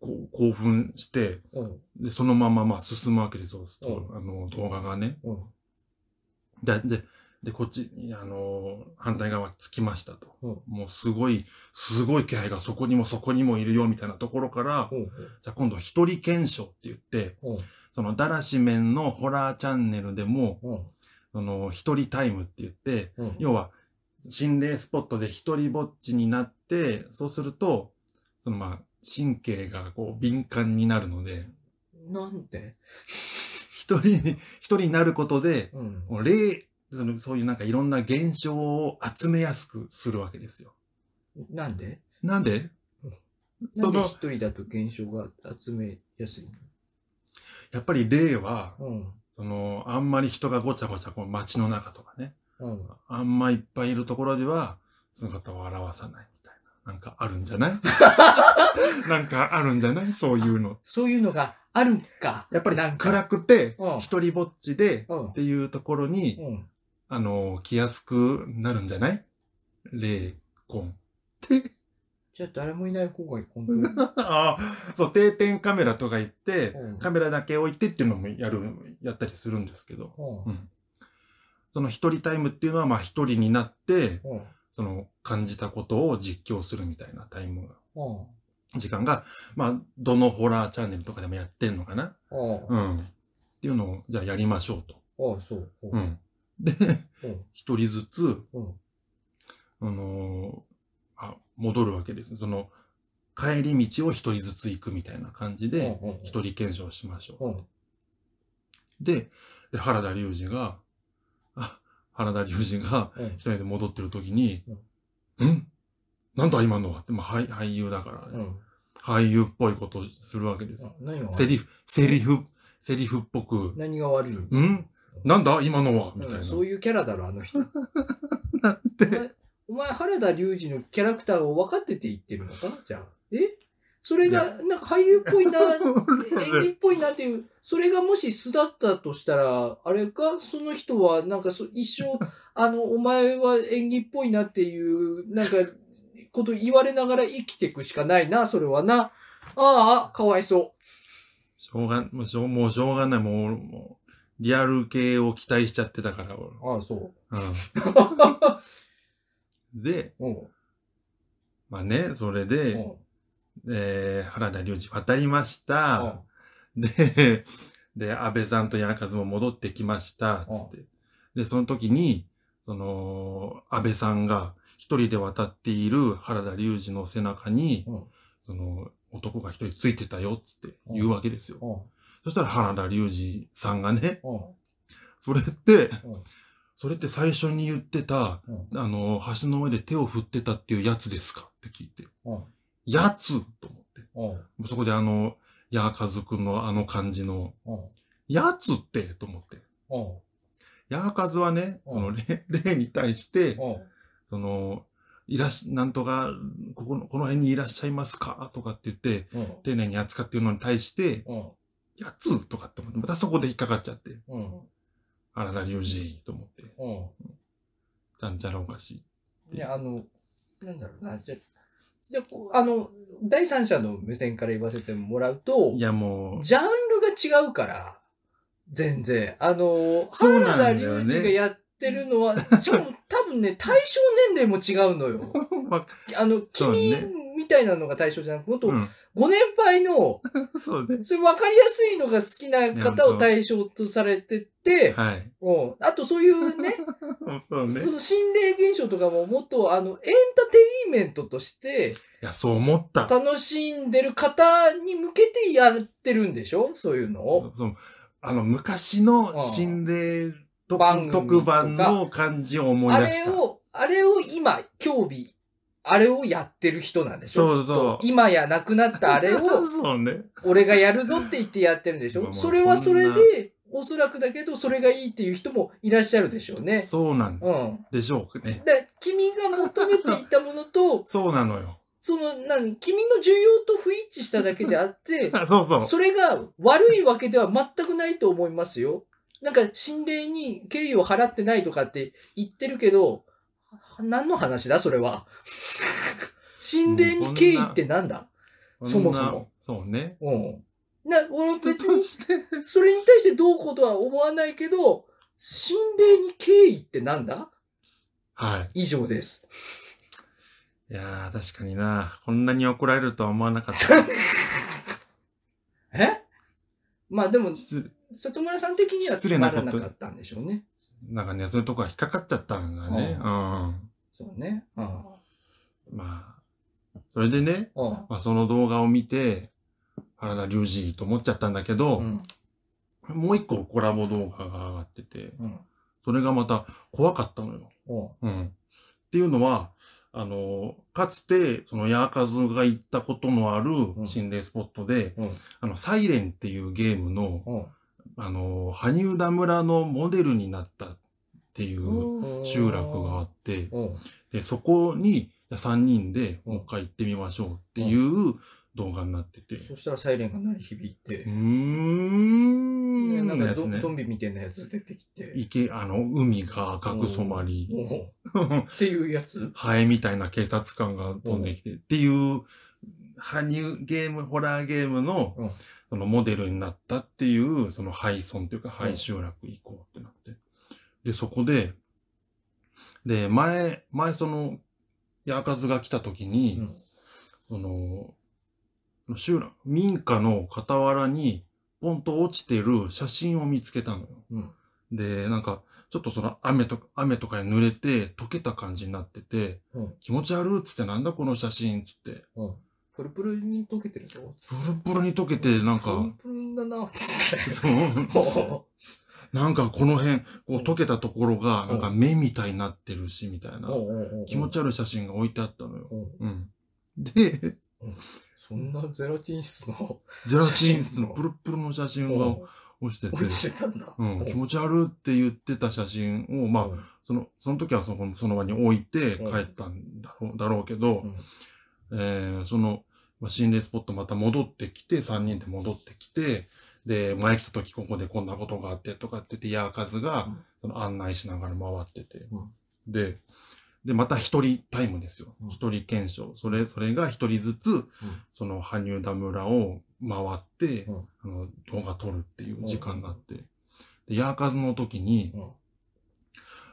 こう興奮して、うんで、そのまままあ進むわけですよ。うあの、動画がね。うんで、で、で、こっちに、あのー反対側着きましたと。うんもうすごい、すごい気配がそこにもそこにもいるよみたいなところから、うんじゃあ今度一人検証って言って、うんそのだらし面のホラーチャンネルでも、うんその一人タイムって言って、うん要は心霊スポットで一人ぼっちになって、そうすると、そのまあ、神経がこう敏感になるので、なんで一人に、一人になることで、うんもう霊、そのそういうなんかいろんな現象を集めやすくするわけですよ。なんでなんでなんそでの一、人だと現象が集めやすいやっぱり霊は、のうんその、あんまり人がごちゃごちゃ、こう街の中とかね、うんあんまいっぱいいるところでは、姿を表さないみたいな。なんかあるんじゃ ないなんかあるんじゃないそういうの。そういうのがあるんか。やっぱりなん暗か。くてうん、一人ぼっちで、うんっ。ていうところに、うん。あの、来やすくなるんじゃない霊魂。じゃあ誰もいない方がいい、本当に。うんああ、そう、定点カメラとか行って、うんカメラだけ置いてっていうのもやる、やったりするんですけど、うんその一人タイムっていうのは、まあ一人になって、うん。その感じたことを実況するみたいなタイムが、うん。時間が、まあ、どのホラーチャンネルとかでもやってんのかな。あうん。っていうのを、じゃあやりましょうと。あ、ああ、そう。う。うんん。で、うん。一人ずつ、うん。あのーあ、戻るわけです。その、帰り道を一人ずつ行くみたいな感じで、うんうん一人検証しましょう。うん。で、で原田隆二が、あ、原田隆二がうん一人で戻ってる時に、んなんだ今のはって、まあ、俳俳優だから、うねん。俳優っぽいことをするわけですあ。何が悪セいリフ、セリフ、セリフっぽく、何が悪いんなんだ今のはみたいうんな。そういうキャラだろ、あの 人。お前お前、原田隆二のキャラクターを分かってて言ってるのかじゃあ。えそれいが、なんか俳優っ ぽいな、俺演技っぽいなっていう、それがもし素だったとしたら、あれかその人は、なんかそ一生、 あの、お前は演技っぽいなっていう、なんか、こと言われながら生きていくしかないな、それはな。ああ、かわいそしょうが、もうしょうもうしょうがない。もう、もうリアル系を期待しちゃってたから、俺う。ああ、そう。うん。で、 うん。まあね、それうで、ん。えー原田隆二渡りましうたん。で、で、安倍さんと矢和も戻ってきました、つって。で、その時に、その、安倍さんが一人で渡っている原田隆二の背中に、うんその、男が一人ついてたよ、つって言うわけですよ。うん。そしたら原田隆二さんがね、うん。それって、うんそれって最初に言ってた、うん。あの、橋の上で手を振ってたっていうやつですかって聞いて。うん。やつと思って。うん。もうそこであの、やあかずくんのあの感じの、うん。やつってと思って。うん。やあかずはね、うんその例、例に対して、うん。その、いらっし、なんとか、ここの、この辺にいらっしゃいますかとかって言って、うん。丁寧に扱ってるのに対して、うん。やつとかって思って、またそこで引っかかっちゃって、うん。あららりゅうじと思って、うん。ちゃんちゃらおかしい。で、あの、なんだろうな、じゃ、じゃこうあの、第三者の目線から言わせてもらうとい、やもう、ジャンルが違うから、全然。あの、そうな原ん田だよね隆二がやって るのは、しかも多分ね、対象年齢も違うのよ。わあの、そう君ねみたいなのが対象じゃなくて、もっとうん、 ご年配の、そうね。そういう分かりやすいのが好きな方を対象とされてて、はい。うん、あとそういうね、そうね。その心霊現象とかももっとあのエンターテインメントとしていや、そう思った。楽しんでる方に向けてやってるんでしょそういうのを。そのあの昔の心霊と番組とか特番の感じを思いあ出しれた。を、あれを今、興味、あれをやってる人なんでしょそうそうきっと今やなくなったあれを そうね。俺がやるぞって言ってやってるんでしまあょまあそれはそれこんで、おそらくだけど、それがいいっていう人もいらっしゃるでしょうね。そうなんうん。でしょうね。、で、君が求めていたものとそうなのよ。その、何、君の需要と不一致しただけであって、あ そうそう。それが悪いわけでは全くないと思いますよ。なんか心霊に敬意を払ってないとかって言ってるけど、は何の話だそれは。心霊に敬意ってなんだそもそもこんな。そうね。うん。な、俺は別にして。それに対してどうこうとは思わないけど、心霊に敬意ってなんだは以上です。い。いやー、確かにな。こんなに怒られるとは思わなか った。えまあでも、失里村さん的にはつまらなかったんでしょうね。なんかね、そういうとこが引っかかっちゃったんだね。ううん。そうね。うん。まあ、それでね、うん。まあ、その動画を見て、原田隆二と思っちゃったんだけど、うん。もう一個コラボ動画が上がってて、うん。それがまた怖かったのよ。うん。うん。っていうのは、あの、かつて、そのヤーカズが行ったことのあんる心霊スポットで、うんあの、サイレンっていうゲームの、うん。あの、羽生田村のモデルになったっていう集落があって、うん。でそこに3人でうんもう一回行ってみましょうっていう動画になってて、そしたらサイレンが鳴り響いうーて、でん、なんかですゾ,、ねゾンビみたいなやつ出てきて、池、あの、海が赤く染まり、おうっていうやつハエみたいな警察官が飛んできて、っていう、羽生ゲーム、ホラーゲームの、うんそのモデルになったっていう、その廃村というか廃集落行こうってなって。で、そこで、で、前、前その、ヤーカズが来た時に、うんその、集落、民家の傍らに、ポンと落ちてる写真を見つけたのよ。うんで、なんか、ちょっとその雨とか、雨とかに濡れて、溶けた感じになってて、うん気持ち悪いっつって、なんだこの写真っつって、うん。プルプルに溶けてるぞ。プルプルに溶けて、なんプルかン、プルンだな。つってそう、 なんかこの辺、こう溶けたところが、なんか目みたいになってるし、みたいな、気持ち悪い写真が置いてあったのよ。うんうん。 で、そんなゼラチン質のゼラチン質のプルプルの写真が落ちてて落、ちてたんだ。うん、気持ち悪いって言ってた写真を、まあ、その、その時はそのその場に置いてうん帰ったんだろうだろうけど、うんえーその、まあ心霊スポットまた戻ってきて、3人で戻ってきて、で、前来た時ここでこんなことがあってとかって言って、ヤーカズがうんその案内しながら回ってて、うんで、で、また一人タイムですよう。ん一、人検証。それ、それが一人ずつ、その、羽生田村を回って、うんあの動画撮るっていう時間になって、で、ヤーカズの時に、うんうん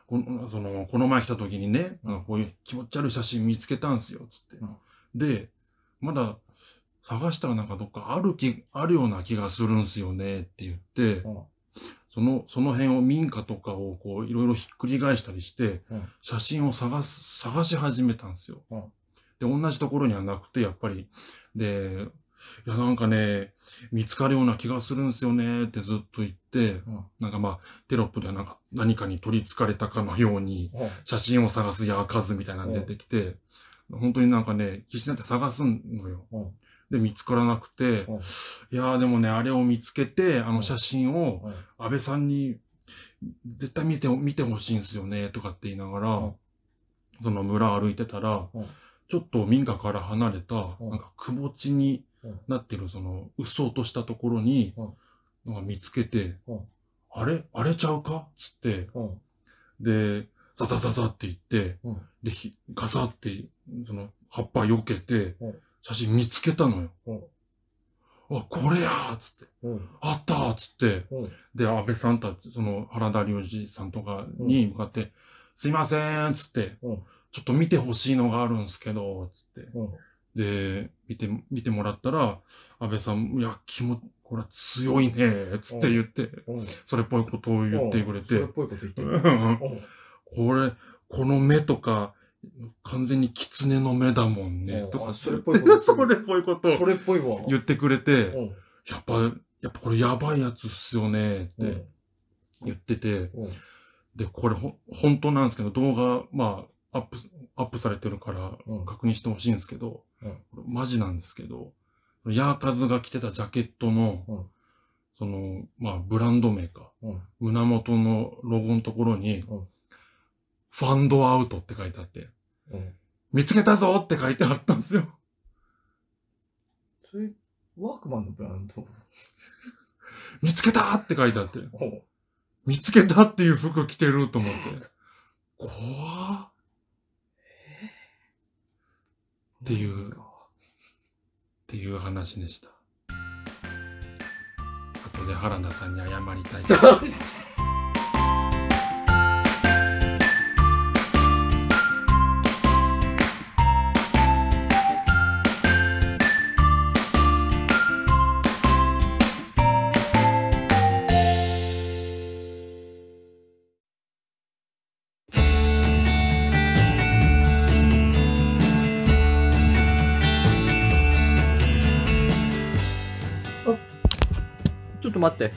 このそのこの前来た時にね、うんあのこういう気持ち悪い写真見つけたんすよ、つって。うんで、まだ探したらなんかどっかある気、あるような気がするんすよね、って言って、うんその、その辺を民家とかをこう、いろいろひっくり返したりして、うん写真を探す、探し始めたんすよ。うんで、同じところにはなくて、やっぱり、で、いや、なんかね、見つかるような気がするんすよね、ってずっと言って、うんなんかまあ、テロップではなんか何かに取り憑かれたかのように、うん写真を探すや開かずみたいなの出てきて、本当になんかね、必死になって探すのよ。うんで、見つからなくて、うんいやーでもね、あれを見つけて、あうんの写真をうん安倍さんに絶対見て見てほしいんですよね、とかって言いながら、うんその村歩いてたら、うんちょっと民家から離れた、うんなんか窪地にうんなってる、その、うっそうとしたところに、うんなんか見つけて、うんあれあれちゃうかつって、うんで、ザザザザって言って、うんで、ひガサって、その、葉っぱ避けてうん、写真見つけたのよ。うんあ、これやーっつって、うんあったーっつって、うんで、安倍さんたち、その、原田隆二さんとかに向かって、すいませんっつって、うんちょっと見てほしいのがあるんすけど、っつって。うんで、見て、見てもらったら、安倍さん、いや、気も、これは強いねーっつって言って、うんそれっぽいことを言ってくれそれてっ、ぽいこと言ってうる。んうん これ、この目とか、完全に狐の目だもんねう。んとか、あそれっぽいこと それっぽいことそれっぽいわ。言ってくれて、うんやっぱ、やっぱこれやばいやつっすよねっうてん言ってて、うんで、これほ、本当なんですけど、動画、まあ、アップ、アップされてるからうん確認してほしいんですけど、うんこれマジなんですけど、ヤーカズが着てたジャケットの、うんその、まあ、ブランド名か、うん胸元のロゴのところに、うんファンドアウトって書いてあって、うん見つけたぞって書いてあったんですよ。それ、ワークマンのブランド。見つけたって書いてあって、うん見つけたっていう服着てると思って。怖ーっていうっていう話でした。後で原田さんに謝りたい。ちょっと待って。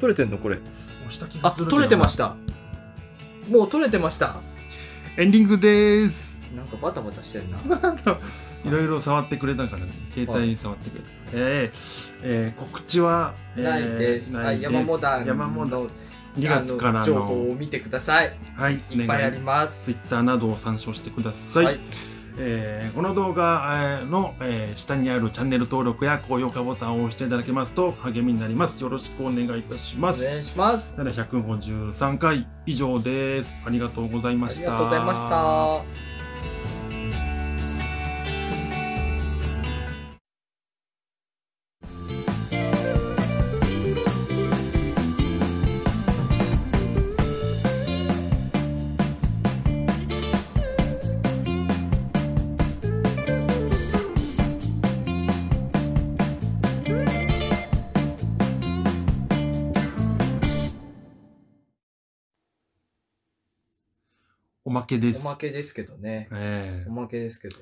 取れてんのこれ。押した気あ、がするけど取れてまし。た。もう取れてました。エンディングでーす。なんかバタバタしてんな。いろいろ触ってくれたから、ね、携帯に触ってくれた。えーえー告知は、えー ないです。あ、ないです山モダン山モダンの2月からあのの情報を見てください。はい、いっぱいありまツす。イッターなどを参照してください。はいえーこの動画えーの、えー下にあるチャンネル登録や高評価ボタンを押していただけますと励みになります。よろしくお願いいたしまおす。願いします。ただ153回以上です。ありがとうございまあしりた。がとうございました。まけでおす。まけですけどね。ええおまけですけど。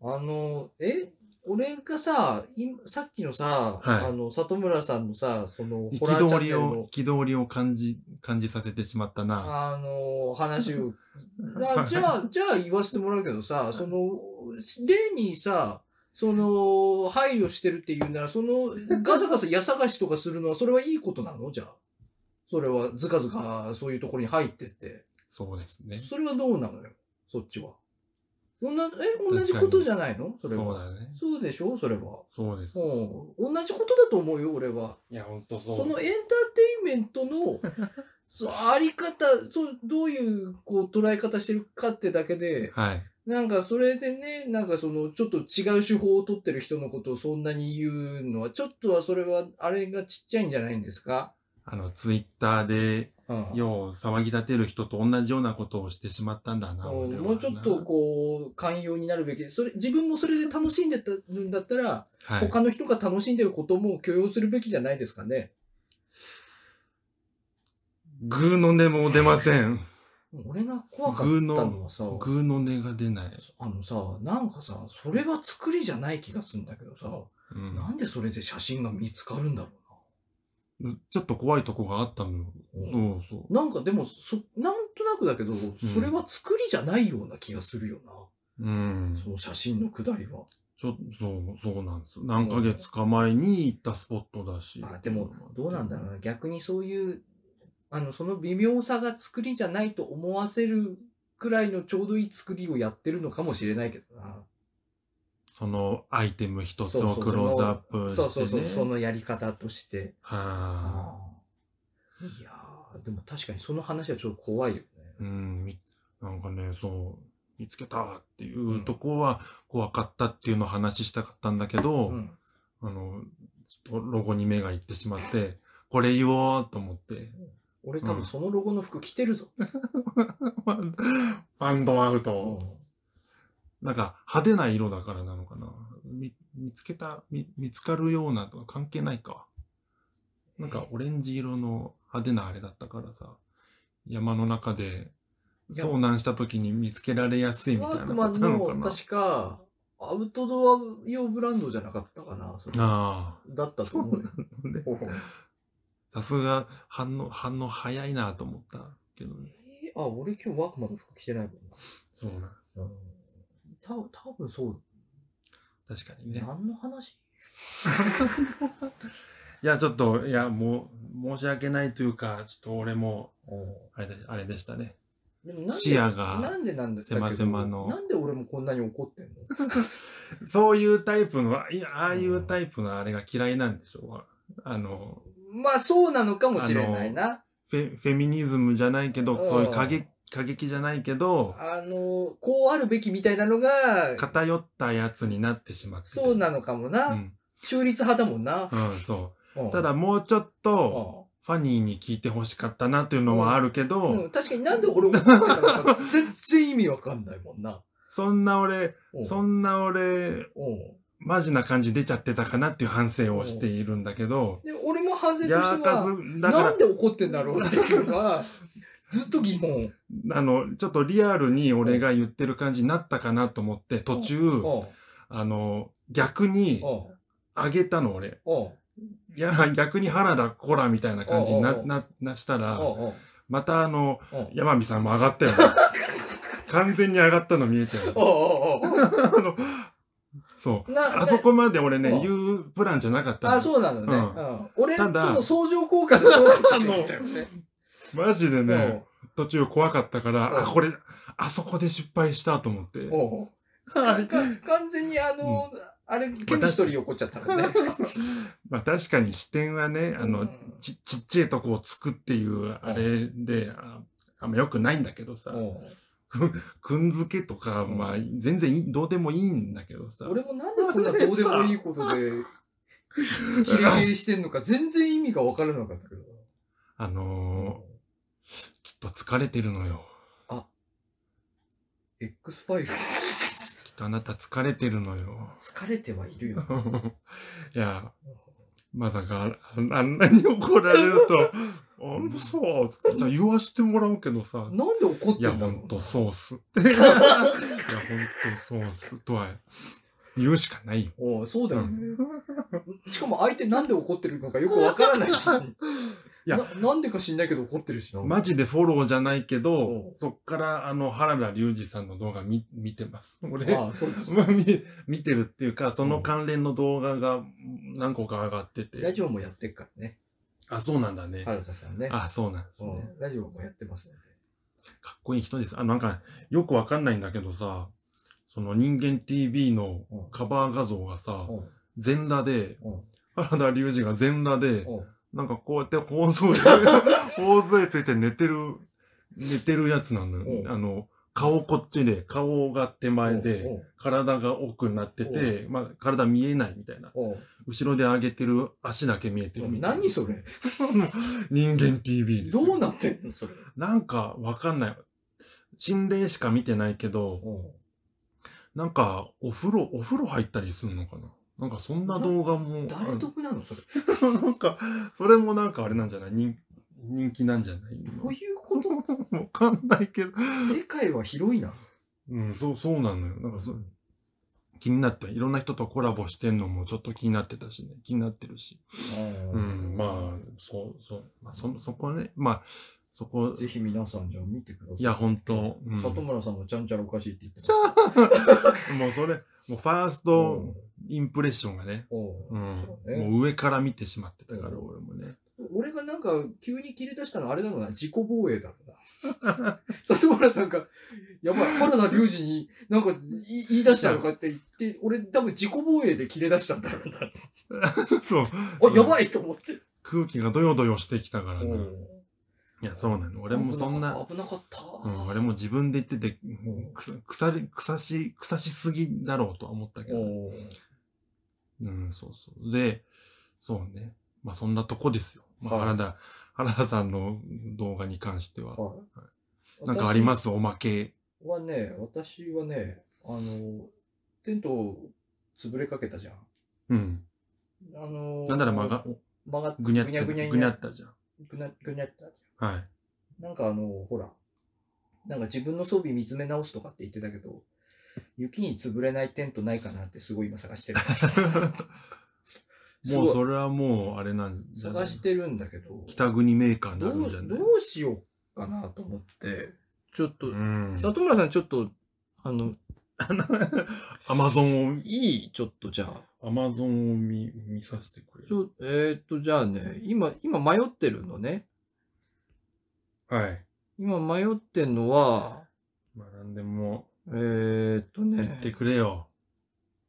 あの、え俺がさ、今さっきのさ、はいあの、里村さんのさ、その、ホラーチ憤ャンネりルをの、、憤りを感じ、感じさせてしまったな。あの、話 を、はあいじゃあ、じゃあ言わせてもらうけどさ、その、例にさ、その、配慮してるっていうなら、その、ガサガサ家探しとかするのは、それはいいことなのじゃあ。それは、ずかずか、そういうところに入ってって。そうですね。それはどうなのよ、そっちは。おんなえ、同じことじゃないのそれそうは。だね。そうでしょそれは。そうです。うん。同じことだと思うよ、俺は。いや、本当そのエンターテインメント のそうあり方そうどういうこう捉え方してるかってだけではい。なんかそれでねなんかそのちょっと違う手法を取ってる人のことをそんなに言うのはちょっとはそれはあれがちっちゃいんじゃないんですか、あの、ツイッターで、うん、よう騒ぎ立てる人と同じようなことをしてしまったんだうな。ん俺はもうちょっとこう寛容になるべきそれ自分もそれで楽しんでたるんだったら、はい。他の人が楽しんでることも許容するべきじゃないですかねグーの音も出ません。俺が怖かったのはさグーの音が出ない。あのさ、なんかさ、それは作りじゃない気がするんだけどさ、うんなんでそれで写真が見つかるんだろちょっと怖いとこがあったのよ。うな。そうそう。なんかでもそ、なんとなくだけど、それは作りじゃないような気がするよな。うん。その写真のくだりは。ちょそう、そうなんです。何ヶ月か前に行ったスポットだし。あでも、どうなんだろうな。逆にそういう、あの、その微妙さが作りじゃないと思わせるくらいのちょうどいい作りをやってるのかもしれないけどな。そのアイテム一つそうそうをそうクローズアップして、ね。そうそうそう、そのやり方として。はあ。いやー、でも確かにその話はちょっと怖いよね。うん、みなんかね、そう、見つけたっていうとこは怖かったっていうのを話したかったんだけど、うんあの、ちょっとロゴに目がいってしまって、これ言おうと思って。 俺多う分んそのロゴの服着てるぞ。ファンドアウト。なんか派手な色だからなのかな。み見つけた見、見つかるようなとか関係ないか。なんかオレンジ色の派手なあれだったからさ、山の中でや遭難した時に見つけられやすいみワたいーなクこマとンなののかな。確かアウトドア用ブランドじゃなかったかな。それあだったと思うよ。あ、ね。ほうほうさすが反応、反応早いなと思ったけどね。えーあ、俺今日ワークマンの服着てないもんな。そうなんです。うんた多分そう。確かにね。何の話いや、ちょっと、いや、もう、申し訳ないというか、ちょっと俺も、おあれであれでしたね。でもなんで視野がなんでなんだけど狭々のなんで俺もこんなに怒ってんの そういうタイプの、いや、ああいうタイプのあれが嫌いなんでしょう。あの、まあそうなのかもしれないな。フェフェミニズムじゃないけうど、んそういう過激過激じゃないけど、あの、こうあるべきみたいなのが、偏ったやつになってしまってる。そうなのかもうな。ん、中立派だもんなう。ん、そうんう。ただもうちょっうと、んファニーに聞いてほしかったなというのはあるけど、うん、確かになんで俺怒ってたのか 全然意味わかんないもんな。そんな俺、うんそんな俺、うんマジな感じ出ちゃってたかなっていう反省をしているんだけど、で俺も反省としてやーかは、ず、だかならん、で怒ってんだろうっていう のが、ずっと疑問。あの、ちょっとリアルに俺が言ってる感じになったかなと思って、途中、うんあの、逆にうん上げたの俺。うんいや、逆に原田コラみたいな感じになおうおうお、うな、なしたら、うんうんまたあの、うん山美さんも上がったよね。 完全に上がったの見えてる。あうんうんの、そう。うんなあそこまで俺ねお、言うプランじゃなかったのあ、そうなのね。うんうん俺とただの相乗効果でそうなってたよね。マジでうね、途中怖かったから、うんあ、これ、あそこで失敗したと思って。んうんかか完全にあの、あれ、ケミストリー起こっちゃったのね。 まあ確かに視点はね、あうの、んち、ちっちゃいとこをつくっていう、あれで、ああんま良くないんだけどさ、うんくんづけとか、うんまあ、全然いいどうでもいいんだけどさ。俺もなんでこんなどうでもい いことで、キレキレしてんのか、全然意味が分からなかったけど。あのーきっと疲れてるのよ。 X ファイル。。きっとあなた疲れてるのよ 疲れてはいるよ。 いや、まさか、ああんなに怒られると俺もさ、つって、じゃあ言わしてもらうけどさ、なんで怒っいてや、んだほろうんとそうっ す。いや、ほんとそうっす。とは、言うしかないよ。おうそうだよね。しかも相手なんで怒ってるのかよくわからないし。いやな、なんでか知んないけど怒ってるしな。マジでフォローじゃないけうどん、そっから、あの、原田隆二さんの動画見見てます。俺、ああ、そうです。まあ、見 見てるっていうか、その関連の動画が何個か上がってラて。ジオもやってるからね。あ、そうなんだね。原田さんね。あ、そうなんですね。うんラジオもやってますので。かっこいい人です。あ、なんか、よくわかんないんだけどさ、その人間 TV のうんカバー画像がさ、うん全裸で、うん原田隆二が全裸で、うんなんかこうやって頬杖、 頬杖ついて寝てる、寝てるやつなのよ。うんあの、顔こっちで、顔が手前で、体が奥になってて、まあ、体見えないみたいな。うんうん後ろで上げてる足だけ見えてるみたいな。何それ人間 TV ですよ。どうなってんのそれ。なんかわかんない。心霊しか見てないけど、なんかお風呂、お風呂入ったりするのかななんかそんな動画も。誰得なのそれ。あのなんか、それもなんかあれなんじゃない人人気なんじゃないこういうことわかんないけど。世界は広いな。うん、そう、そうなのよ。なんかそう、気になって、いろんな人とコラボしてんのもちょっと気になってたしね。気になってるし。う、うんまあ、そう、そう。まあ、その、そこね、まあ、そこ、ぜひ皆さんじゃあ見てください。いや、本当、うん、里村さんもちゃんちゃらおかしいって言ってます。 もうそれ、もうファースうトんインプレッションがね、おううん、そうねもう上から見てしまってたから、うん俺もね。 俺がなんか急に切り出したのあれだろうな、自己防衛だろうな。 里村さんが、やばい、原田隆二になんかい言い出したのかって言って、俺多分自己防衛で切れ出したんだろうな。そう。あ、やばいと思って。空気がドヨドヨしてきたからね。うんいや、そうなの。俺もそんな、。危なかった。うん、俺も自分で言ってて、んくさ腐り、腐し、腐しすぎだろうとは思ったけど。おううん、そうそう。で、そうね。まあそんなとこですよ。まあ、はい原田、原田さんの動画に関しては。はいなんかありますすおまけ。はね、私はね、あの、テント潰れかけたじゃん。うん。あの、なんなら曲が、曲がっぐにゃっぐにゃた、ぐにゃになぐにゃったじゃん。ぐにゃぐにゃってなっちゃはい。うなんかあの、ほら、なんか自分の装備見つめ直すとかって言ってたけど、雪に潰れないテントないかなってすごい今 探してる。すもうごいそれはもうあれなんじゃない探してるんだけど、北国メーカーにどなるんうじゃどないうしようかなと思って、ちょっと、ん。里村さんちょっと、あの、 アマゾンを、いいちょっとじゃあ、アマゾンを見、見させてくれち。ょえーっと、じゃあね、今、今迷ってるのね。はい。今迷ってんのは、まあなんでも、えーっと言ねっ、てくれよ。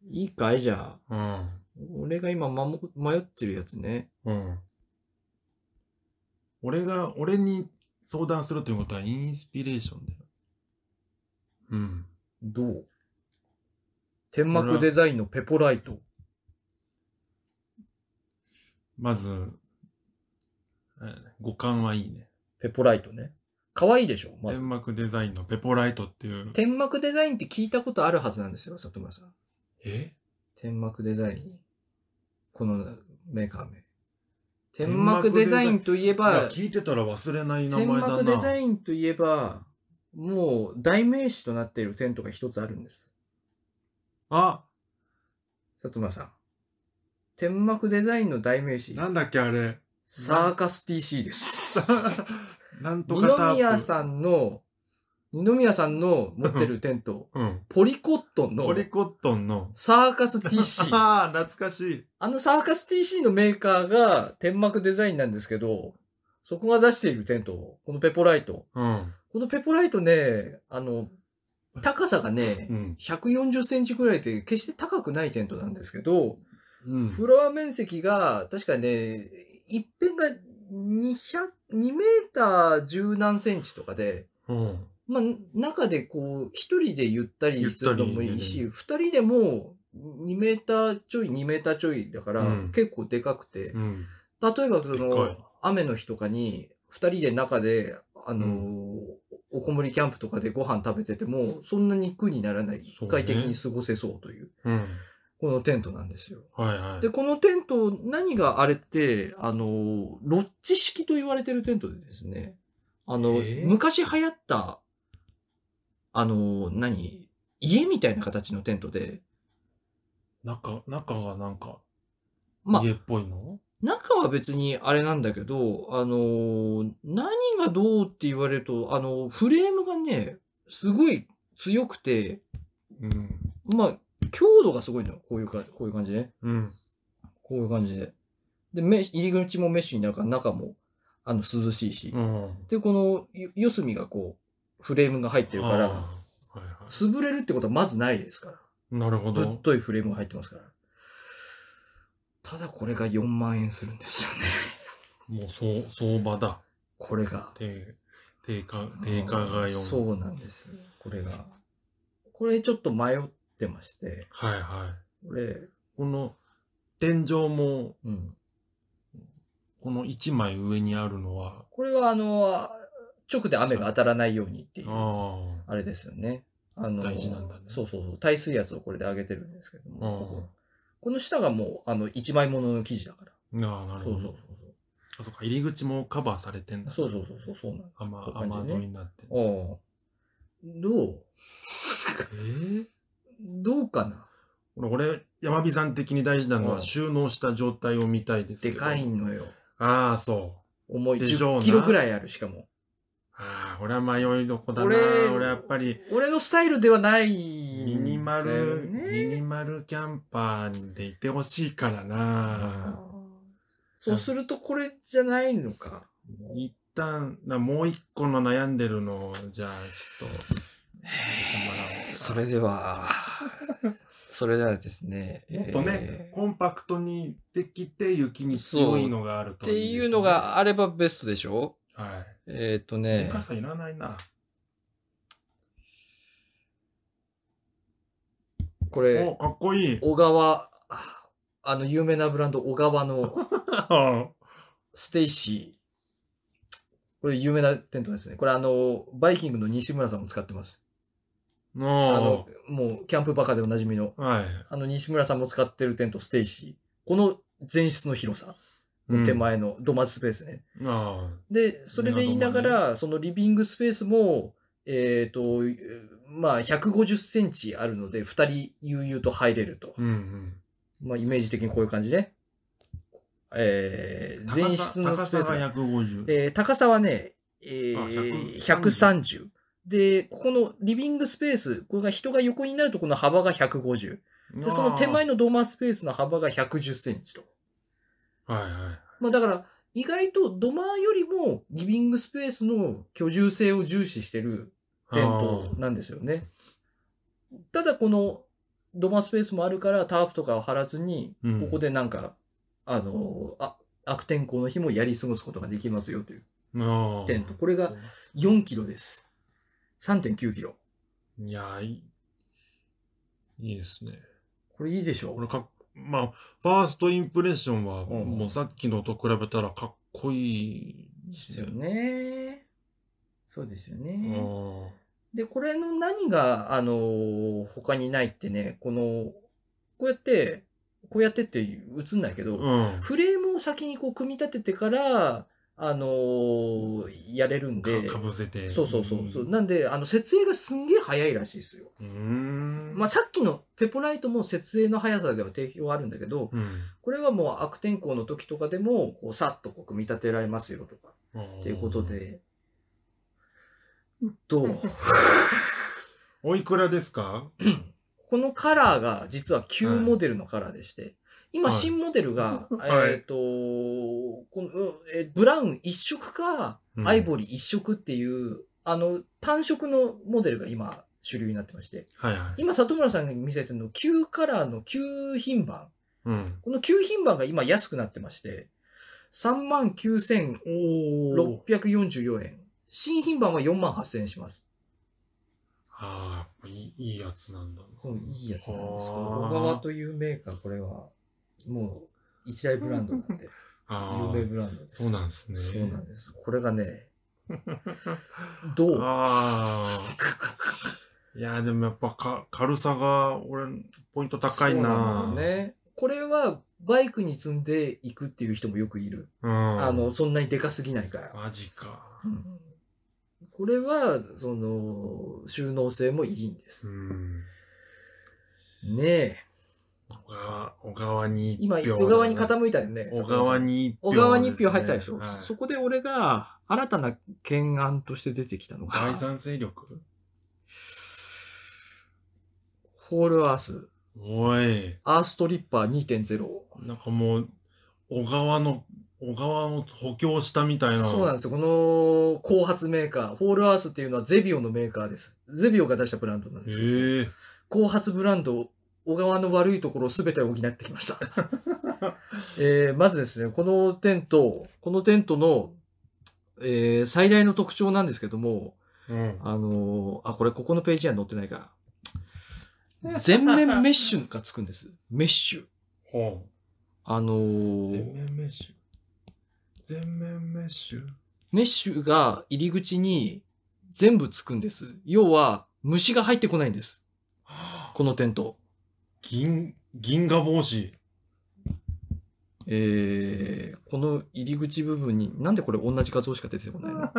いいかいじゃあ、うん。俺が今まも迷ってるやつね。うん。俺が、俺に相談するということはインスピレーションだよ。うん。どう天幕デザインのペポライト。まず、あれだね五感はいいね。ペポライトね。可愛いでしょまず天。幕デザインのペポライトっていう。天幕デザインって聞いたことあるはずなんですよ、里村さん。え天幕デザイン。このメーカー名。天天幕幕デデザザインインといえいやば、聞いてたら忘れない名前天だな。幕デザインといえば、もう代名詞となっているテントが一つあるんです。あ、里村さん。天幕デザインの代名詞、なんだっけあれ。 サーカス TC です。なんと二かタープ。宮さんの、二宮さんの持ってるテント、うん。ポリコットンのポリコットンの。サーカス TC。 ああ、懐かしい。あのサーカス TC のメーカーが天幕デザインなんですけど、そこが出しているテント、このペポライト。うん。このペポライトね、あの、高さがねう、ん。 140センチくらいで決して高くないテントなんですけど、うん。フロア面積が、確かね、一辺が200、2メーター十何センチとかで、うん。まあ、中でこう、一人でゆったりするのもいいし、ゆ二人でも2メーターちょい、2メーターちょいだからう、ん結構でかくて、うん。例えばそでかのい、雨の日とかに、二人で中で、あのーうおこもりキャンプとかでご飯食べてても、そんなに苦にならないそう、ね快適に過ごせそうという。うん。このテントなんですよ。はいはい。で、このテント、何があれって、あの、ロッチ式と言われてるテントでですね、あの、えー昔流行った、あの、何家みたいな形のテントで、中、中がなんか、まあ家っぽいの中は別にあれなんだけど、あのー何がどうって言われると、あのーフレームがね、すごい強くて、うん。まあ、強度がすごいのよ。こういうか、こういう感じね。うん。こういう感じで。で、メ入り口もメッシュになるから、中も、あの、涼しいし。うん。で、このよ、四隅がこう、フレームが入ってるかあーら、はいは潰れるってことはまずないですから。い。なるほぶっど。といフレームが入ってますから。ただこれが4万円するんですよね。もう、そう、相場だ。これが。定、定価、定価が4。そうなんです。これが。これちょっと迷ってまして、はいはい。これ、この、天井も、うん。この1枚上にあるのは、これはあの、直で雨が当たらないようにっていう、あああ。れですよね。あの、大事なんだねそうそうそう。耐水圧をこれで上げてるんですけども、こうんここの下がもう、あの、一枚物の生地だから。ああ、なるそほうそうど。そうそう。あ、そっか、入り口もカバーされてんだ。そうそうそうそう、そうなんです。雨、こういう雨感じ戸ねになってる。ああ。どうえーどうかなこれ俺、山火さん的に大事なのうはん収納した状態を見たいですけでど。かいのよ。ああ、そう。重い。でしょう10なキロくらいある、しかも。ああ、これは迷いどこだな。これ俺はやっぱり、俺のスタイルではないんだミよね、ニマル、ミニマルキャンパーでいてほしいからな。そうするとこれじゃないのか。一旦、なもう一個の悩んでるのを、じゃあ、ちょっと、それでは、 それではですね。もっとね、えーコンパクトにできて、雪に強いのがあるっとていいでいすねうの、があればベストでしょはえーっ、とい。ね、深さいらないな。これ、お、かっこい い。小川、あの有名なブランド小川の ステイシー。これ有名なテントですね。これあの、バイキングの西村さんも使ってます。あのの、もうキャンプバカでおなじみの。はい。あの、西村さんも使ってるテント、ステイシー。この前室の広さ、うん手。前の土間スペースね。あで、それで言いながなら、そのリビングスペースも、えっ、と、まあ、150センチあるので、2人悠々と入れるとあ。。うんうん。まあ、イメージ的にこういう感じね。えー、高前室さのスペー高スさがが150。えー高さはね、えあー、 130 130。で、ここのリビングスペース、これが人が横になるとこの幅が150。で、その手前のドーマースペースの幅が110センチと。はいはい。まあだから、意外とドマーよりもリビングスペースの居住性を重視してるテントなんですよね。ただこのドマースペースもあるからタープとかを張らずに、うんここでなんか、あの、あ、悪天候の日もやり過ごすことができますよというああテント。これが4キロです。3.9キロ。いやー、いい、いいですね。これいいでしょ俺かっ、まあ、ファーストインプレッションは、んもうさっきのと比べたらかっこいいですよ。ね。そうですよね。うん。で、これの何が、あのー他にないってね、この、こうやって、こうやってって映んないけど、うん。フレームを先にこう組み立ててから、あのーやれるんでか、かぶせて。そうそうそうそう。んなんで、あの、設営がすんげえ早いらしいですよ。うーん。まあ、さっきのペポライトも設営の速さでは定評はあるんだけど、うん、これはもう悪天候の時とかでも、こう、さっとこう組み立てられますよとか、うん。っていうこと。で、どうおいくらですかこのカラーが実は旧モデルのカラーでして、今はい新モデルが、はいえっ、とこの、うんえーブラウン一色か、うんアイボリー一色っていう、あの、単色のモデルが今主流になってまして、はいはい。今里村さんが見せてるの旧カラーの旧品番。うん。この旧品番が今安くなってまして、お39,644お。円。新品番は48,000円します。ああ、いいいいやつなんだな。そういいやつなんです。はこあの小川というメーカー、これは、もう、一大ブランドなんで、あ有あ名、ブランドです。そうなんですね。そうなん です。これがね、どうああ。 いやーでもやっぱか軽さが俺ポイント高いなそうだよね。これはバイクに積んでいくっていう人もよくいる。うん、あの、そんなにでかすぎないから。マジかうんこれは、その、収納性もいいんでうす。んねえ。小川小川に一今、票小川に傾いたよね。小川に一票小川に1票入ったでしょ、はいそこで俺が新たな懸案として出てきたのが、第三勢力ホールアース、おいアーストリッパー2.0。なんかもう小川の小川を補強したみたいなそうなんですよ。この後発メーカー、ホールアースっていうのはゼビオのメーカーです。ゼビオが出したブランドなんですけど、へえ後発ブランド、小川の悪いところを全て補ってきま した。えーまずですね、このテント、このテントの、えー最大の特徴なんですけども、うんあのーあ、これここのページには載ってないか。全面メッシュがつくんです。メッシュ。ほあのう全ー面メッシュ全面メッシュメッシュが入り口に全部つくんです。要は、虫が入ってこないんです。このテント。銀銀河帽子えー、この入り口部分に、なんでこれ同じ画像しか出てこな いの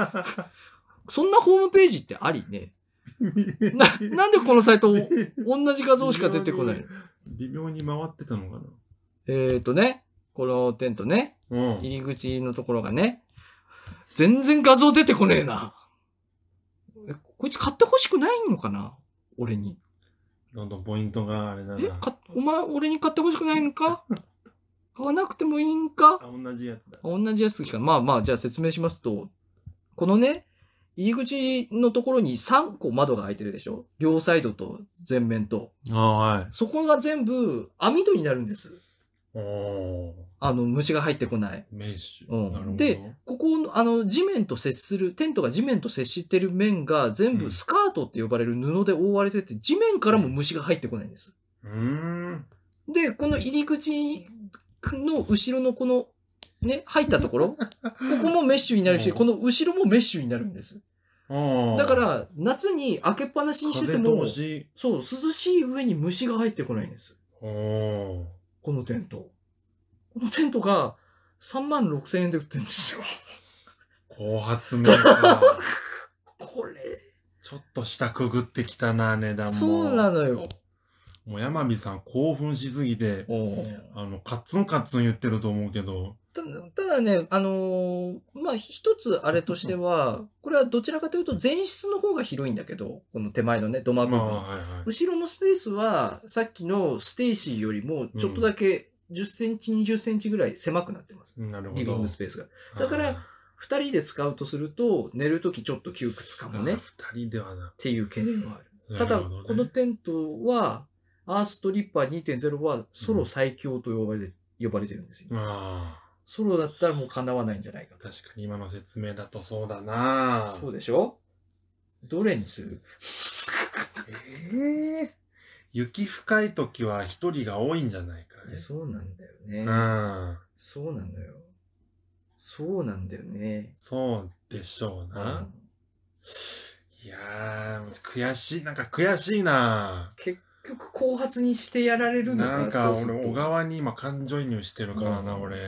そんなホームページってありね。な、なんでこのサイト同じ画像しか出てこないの微妙に回ってたのかなえーとね、このテントね。うん入り口のところがね、全然画像出てこねえな。えこいつ買ってほしくないのかな俺に。どんどんポイントがあれだえなかお前、俺に買ってほしくないのか 買わなくてもいいんかあ同じやつだ同じやつか。まあまあ、じゃあ説明しますと、このね、入り口のところに3個窓が開いてるでしょ両サイドと前面と。あはいそこが全部網戸になるんです。おおあの、虫が入ってこない。メッシュ、うんなるほどでここの、あの、地面と接する、テントが地面と接してる面が全うん部スカートって呼ばれる布で覆われてて、地面からも虫が入ってこないんです。うーんで、この入り口の後ろのこの、ね、入った ところ、ここもメッシュになるし、うんこの後ろもメッシュになるんです。ああだから、夏に開けっぱなしにしてて風も、通しそう、涼しい上に虫が入ってこないんです。おおこのテント。このテントが3万6千円で売ってるんですよ。後発メー カーこれ、ちょっと下くぐってきたな値段もそうなのよ。もう山見さん興奮しすぎてあのカッツンカッツン言ってると思うけどただただね、あのーまあ、一つあれとしては、これはどちらかというと前室の方が広いんだけど、この手前のね、土間部ま分。あはいはい後ろのスペースは、さっきのステイシーよりも、ちょっとだけ10センチ、20センチぐらい狭くなってます。なるほどリビングスペースが。だからあ二人で使うとすると、寝るときちょっと窮屈かーもね、っあー二人ではなていう懸念はある。たなるほだ、どねこのテントは、アーストリッパー2.0はソロ最強と呼ばれ,、呼ばれてるんですよ。あソロだったらもう叶わないんじゃないかあ確かに今の説明だとそうだなそうでしょどれにするええ雪深い時は一人が多いんじゃないかね。そうなんだよね。うん。そうなんだよ。そうなんだよね。そうでしょううな。んいやー、悔しい、なんか悔しいな。結局後発にしてやられるのかなんかそうする俺、と小川に今感情移入してるからな、うん俺。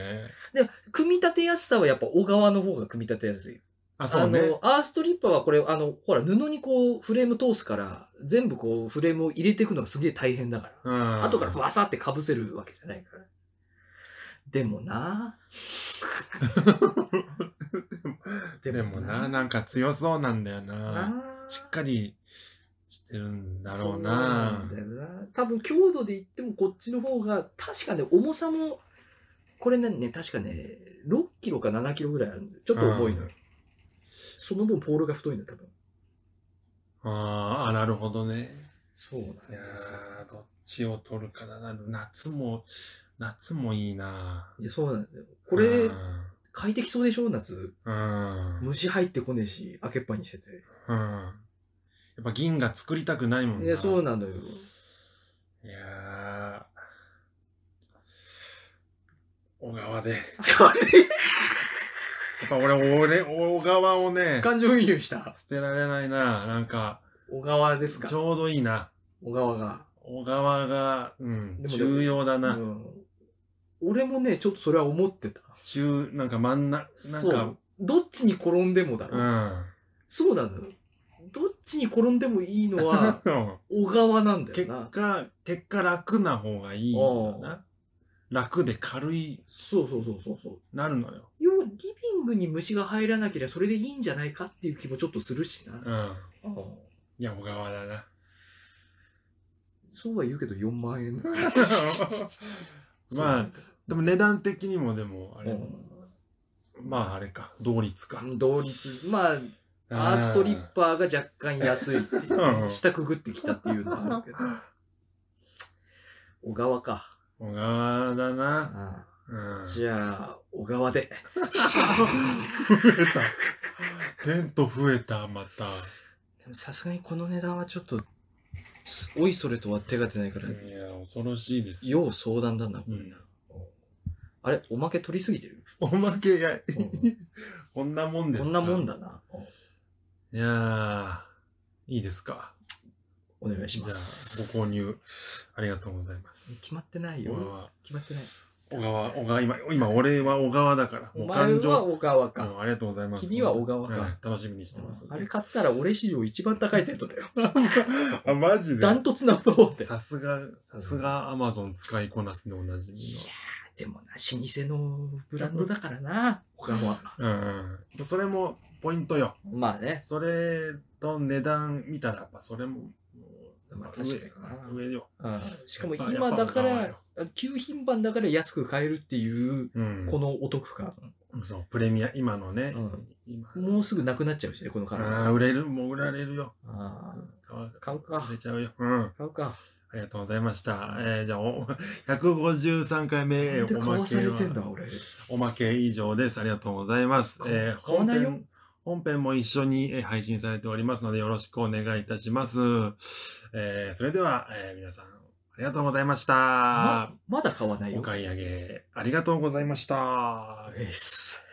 でも組み立てやすさはやっぱ小川の方が組み立てやすい。あ、そうね。あの、アーストリッパーはこれ、あの、ほら、布にこう、フレーム通すから、全部こう、フレームを入れていくのがすげえ大変だから。うん。後からバサって被せるわけじゃないから。で もなでもな、でもななんか強そうなんだよな。あーしっかりしてるんだろうな。そうなんだよな。多分強度で言ってもこっちの方が、確かね、重さも、これね、ね確かね、6キロか7キロぐらいあるんで、ちょっと重いのよ。うんその分、ポールが太いの、多分。あーあ、なるほどね。そうなんいやですよ。ーどっちを取るかだな。夏も、夏もいいな。いやそうなんだよ。これう、ん。快適そうでしょ、夏。うん。うん虫入ってこねえし、開けっぱにしてて。やっぱ銀が作りたくないもんいや、そうな。なのよ。いやー小川で。や あれっぱ俺、俺、小川をね、感情移入した。捨てられないな。なんか、 小川ですかちょうどいいな。小川が。小川が、うん、でも重要だうな。ん、俺もね、ちょっとそれは思ってた。中、なんか真ん中、なんそかう。どっちに転んでもだろ、そうなのよ。どっちに転んでもいいの はうん。小川なんだ結よな。果、結果楽な方がいいんだな。楽で軽い、そうそうそうそうそう。なるのよ。要はリビングに虫が入らなければそれでいいんじゃないかっていう気もちょっとするしな。うん。うんいや、小川だな。そうは言うけど4万 円だ。まあ、 でも値段的にもでも、あうれ、ん、まああれか、同率か。同率、まあ、アーストリッパーが若干安いっていうね、うん下くぐってきたっていうのは あるけど。小川か。小川だな。あうん。あ増じゃあ、小 川で。えた。テント増えた、また。でもさすがにこの値段はちょっと、すおいそれとは手が出ないから、いや、恐ろしいですよ。要相談だな、これな。あれ、おまけ取りすぎてるおまけや、うんこんなもんですこかんなもん。だな。いやー、いいですか。お願いしじゃあ、まごす。購入、ありがとうございます。決まってない小よ。川、決まってない。小川、小川、今、今、俺は小川だから。お前は小川か。うんありがとうございます。君は小川かい楽しみにしてます。あれ買ったら俺史上一番高いテントだよ。あ、マジダントツナンバーワンだよ。さすが、さすがアマゾン使いこなすでおなじみいやー、でもな、老舗のブランドだからな、他のは。の。うん、うん。それもポイントよ。まあね。それと値段見たら、やっぱそれも、まあ確かにな上上よ。うんしかもやっぱ今だか、やっらぱ、旧品番だから安く買えるっていう、小川よこのお得感。うん。そう、プレミア、今のね、うん今。もうすぐなくなっちゃうしね、このカあラあ、ー。売れる、もう売られるよ。あー買買うか売。れちゃうよ。うん。買うか。ありがとうございました。えー、じゃあ、お 153回目、なんでお買まわさけれてんはだ、俺。おまけ以上です。ありがとうございます。かえー買わ本ないよ編本編も一緒にえー配信されておりますので、よろしくお願いいたします。えーそれでは、えー皆さん、ありがとうございました。ままだ買わないおよ。買い上げ、ありがとうございました。えっす。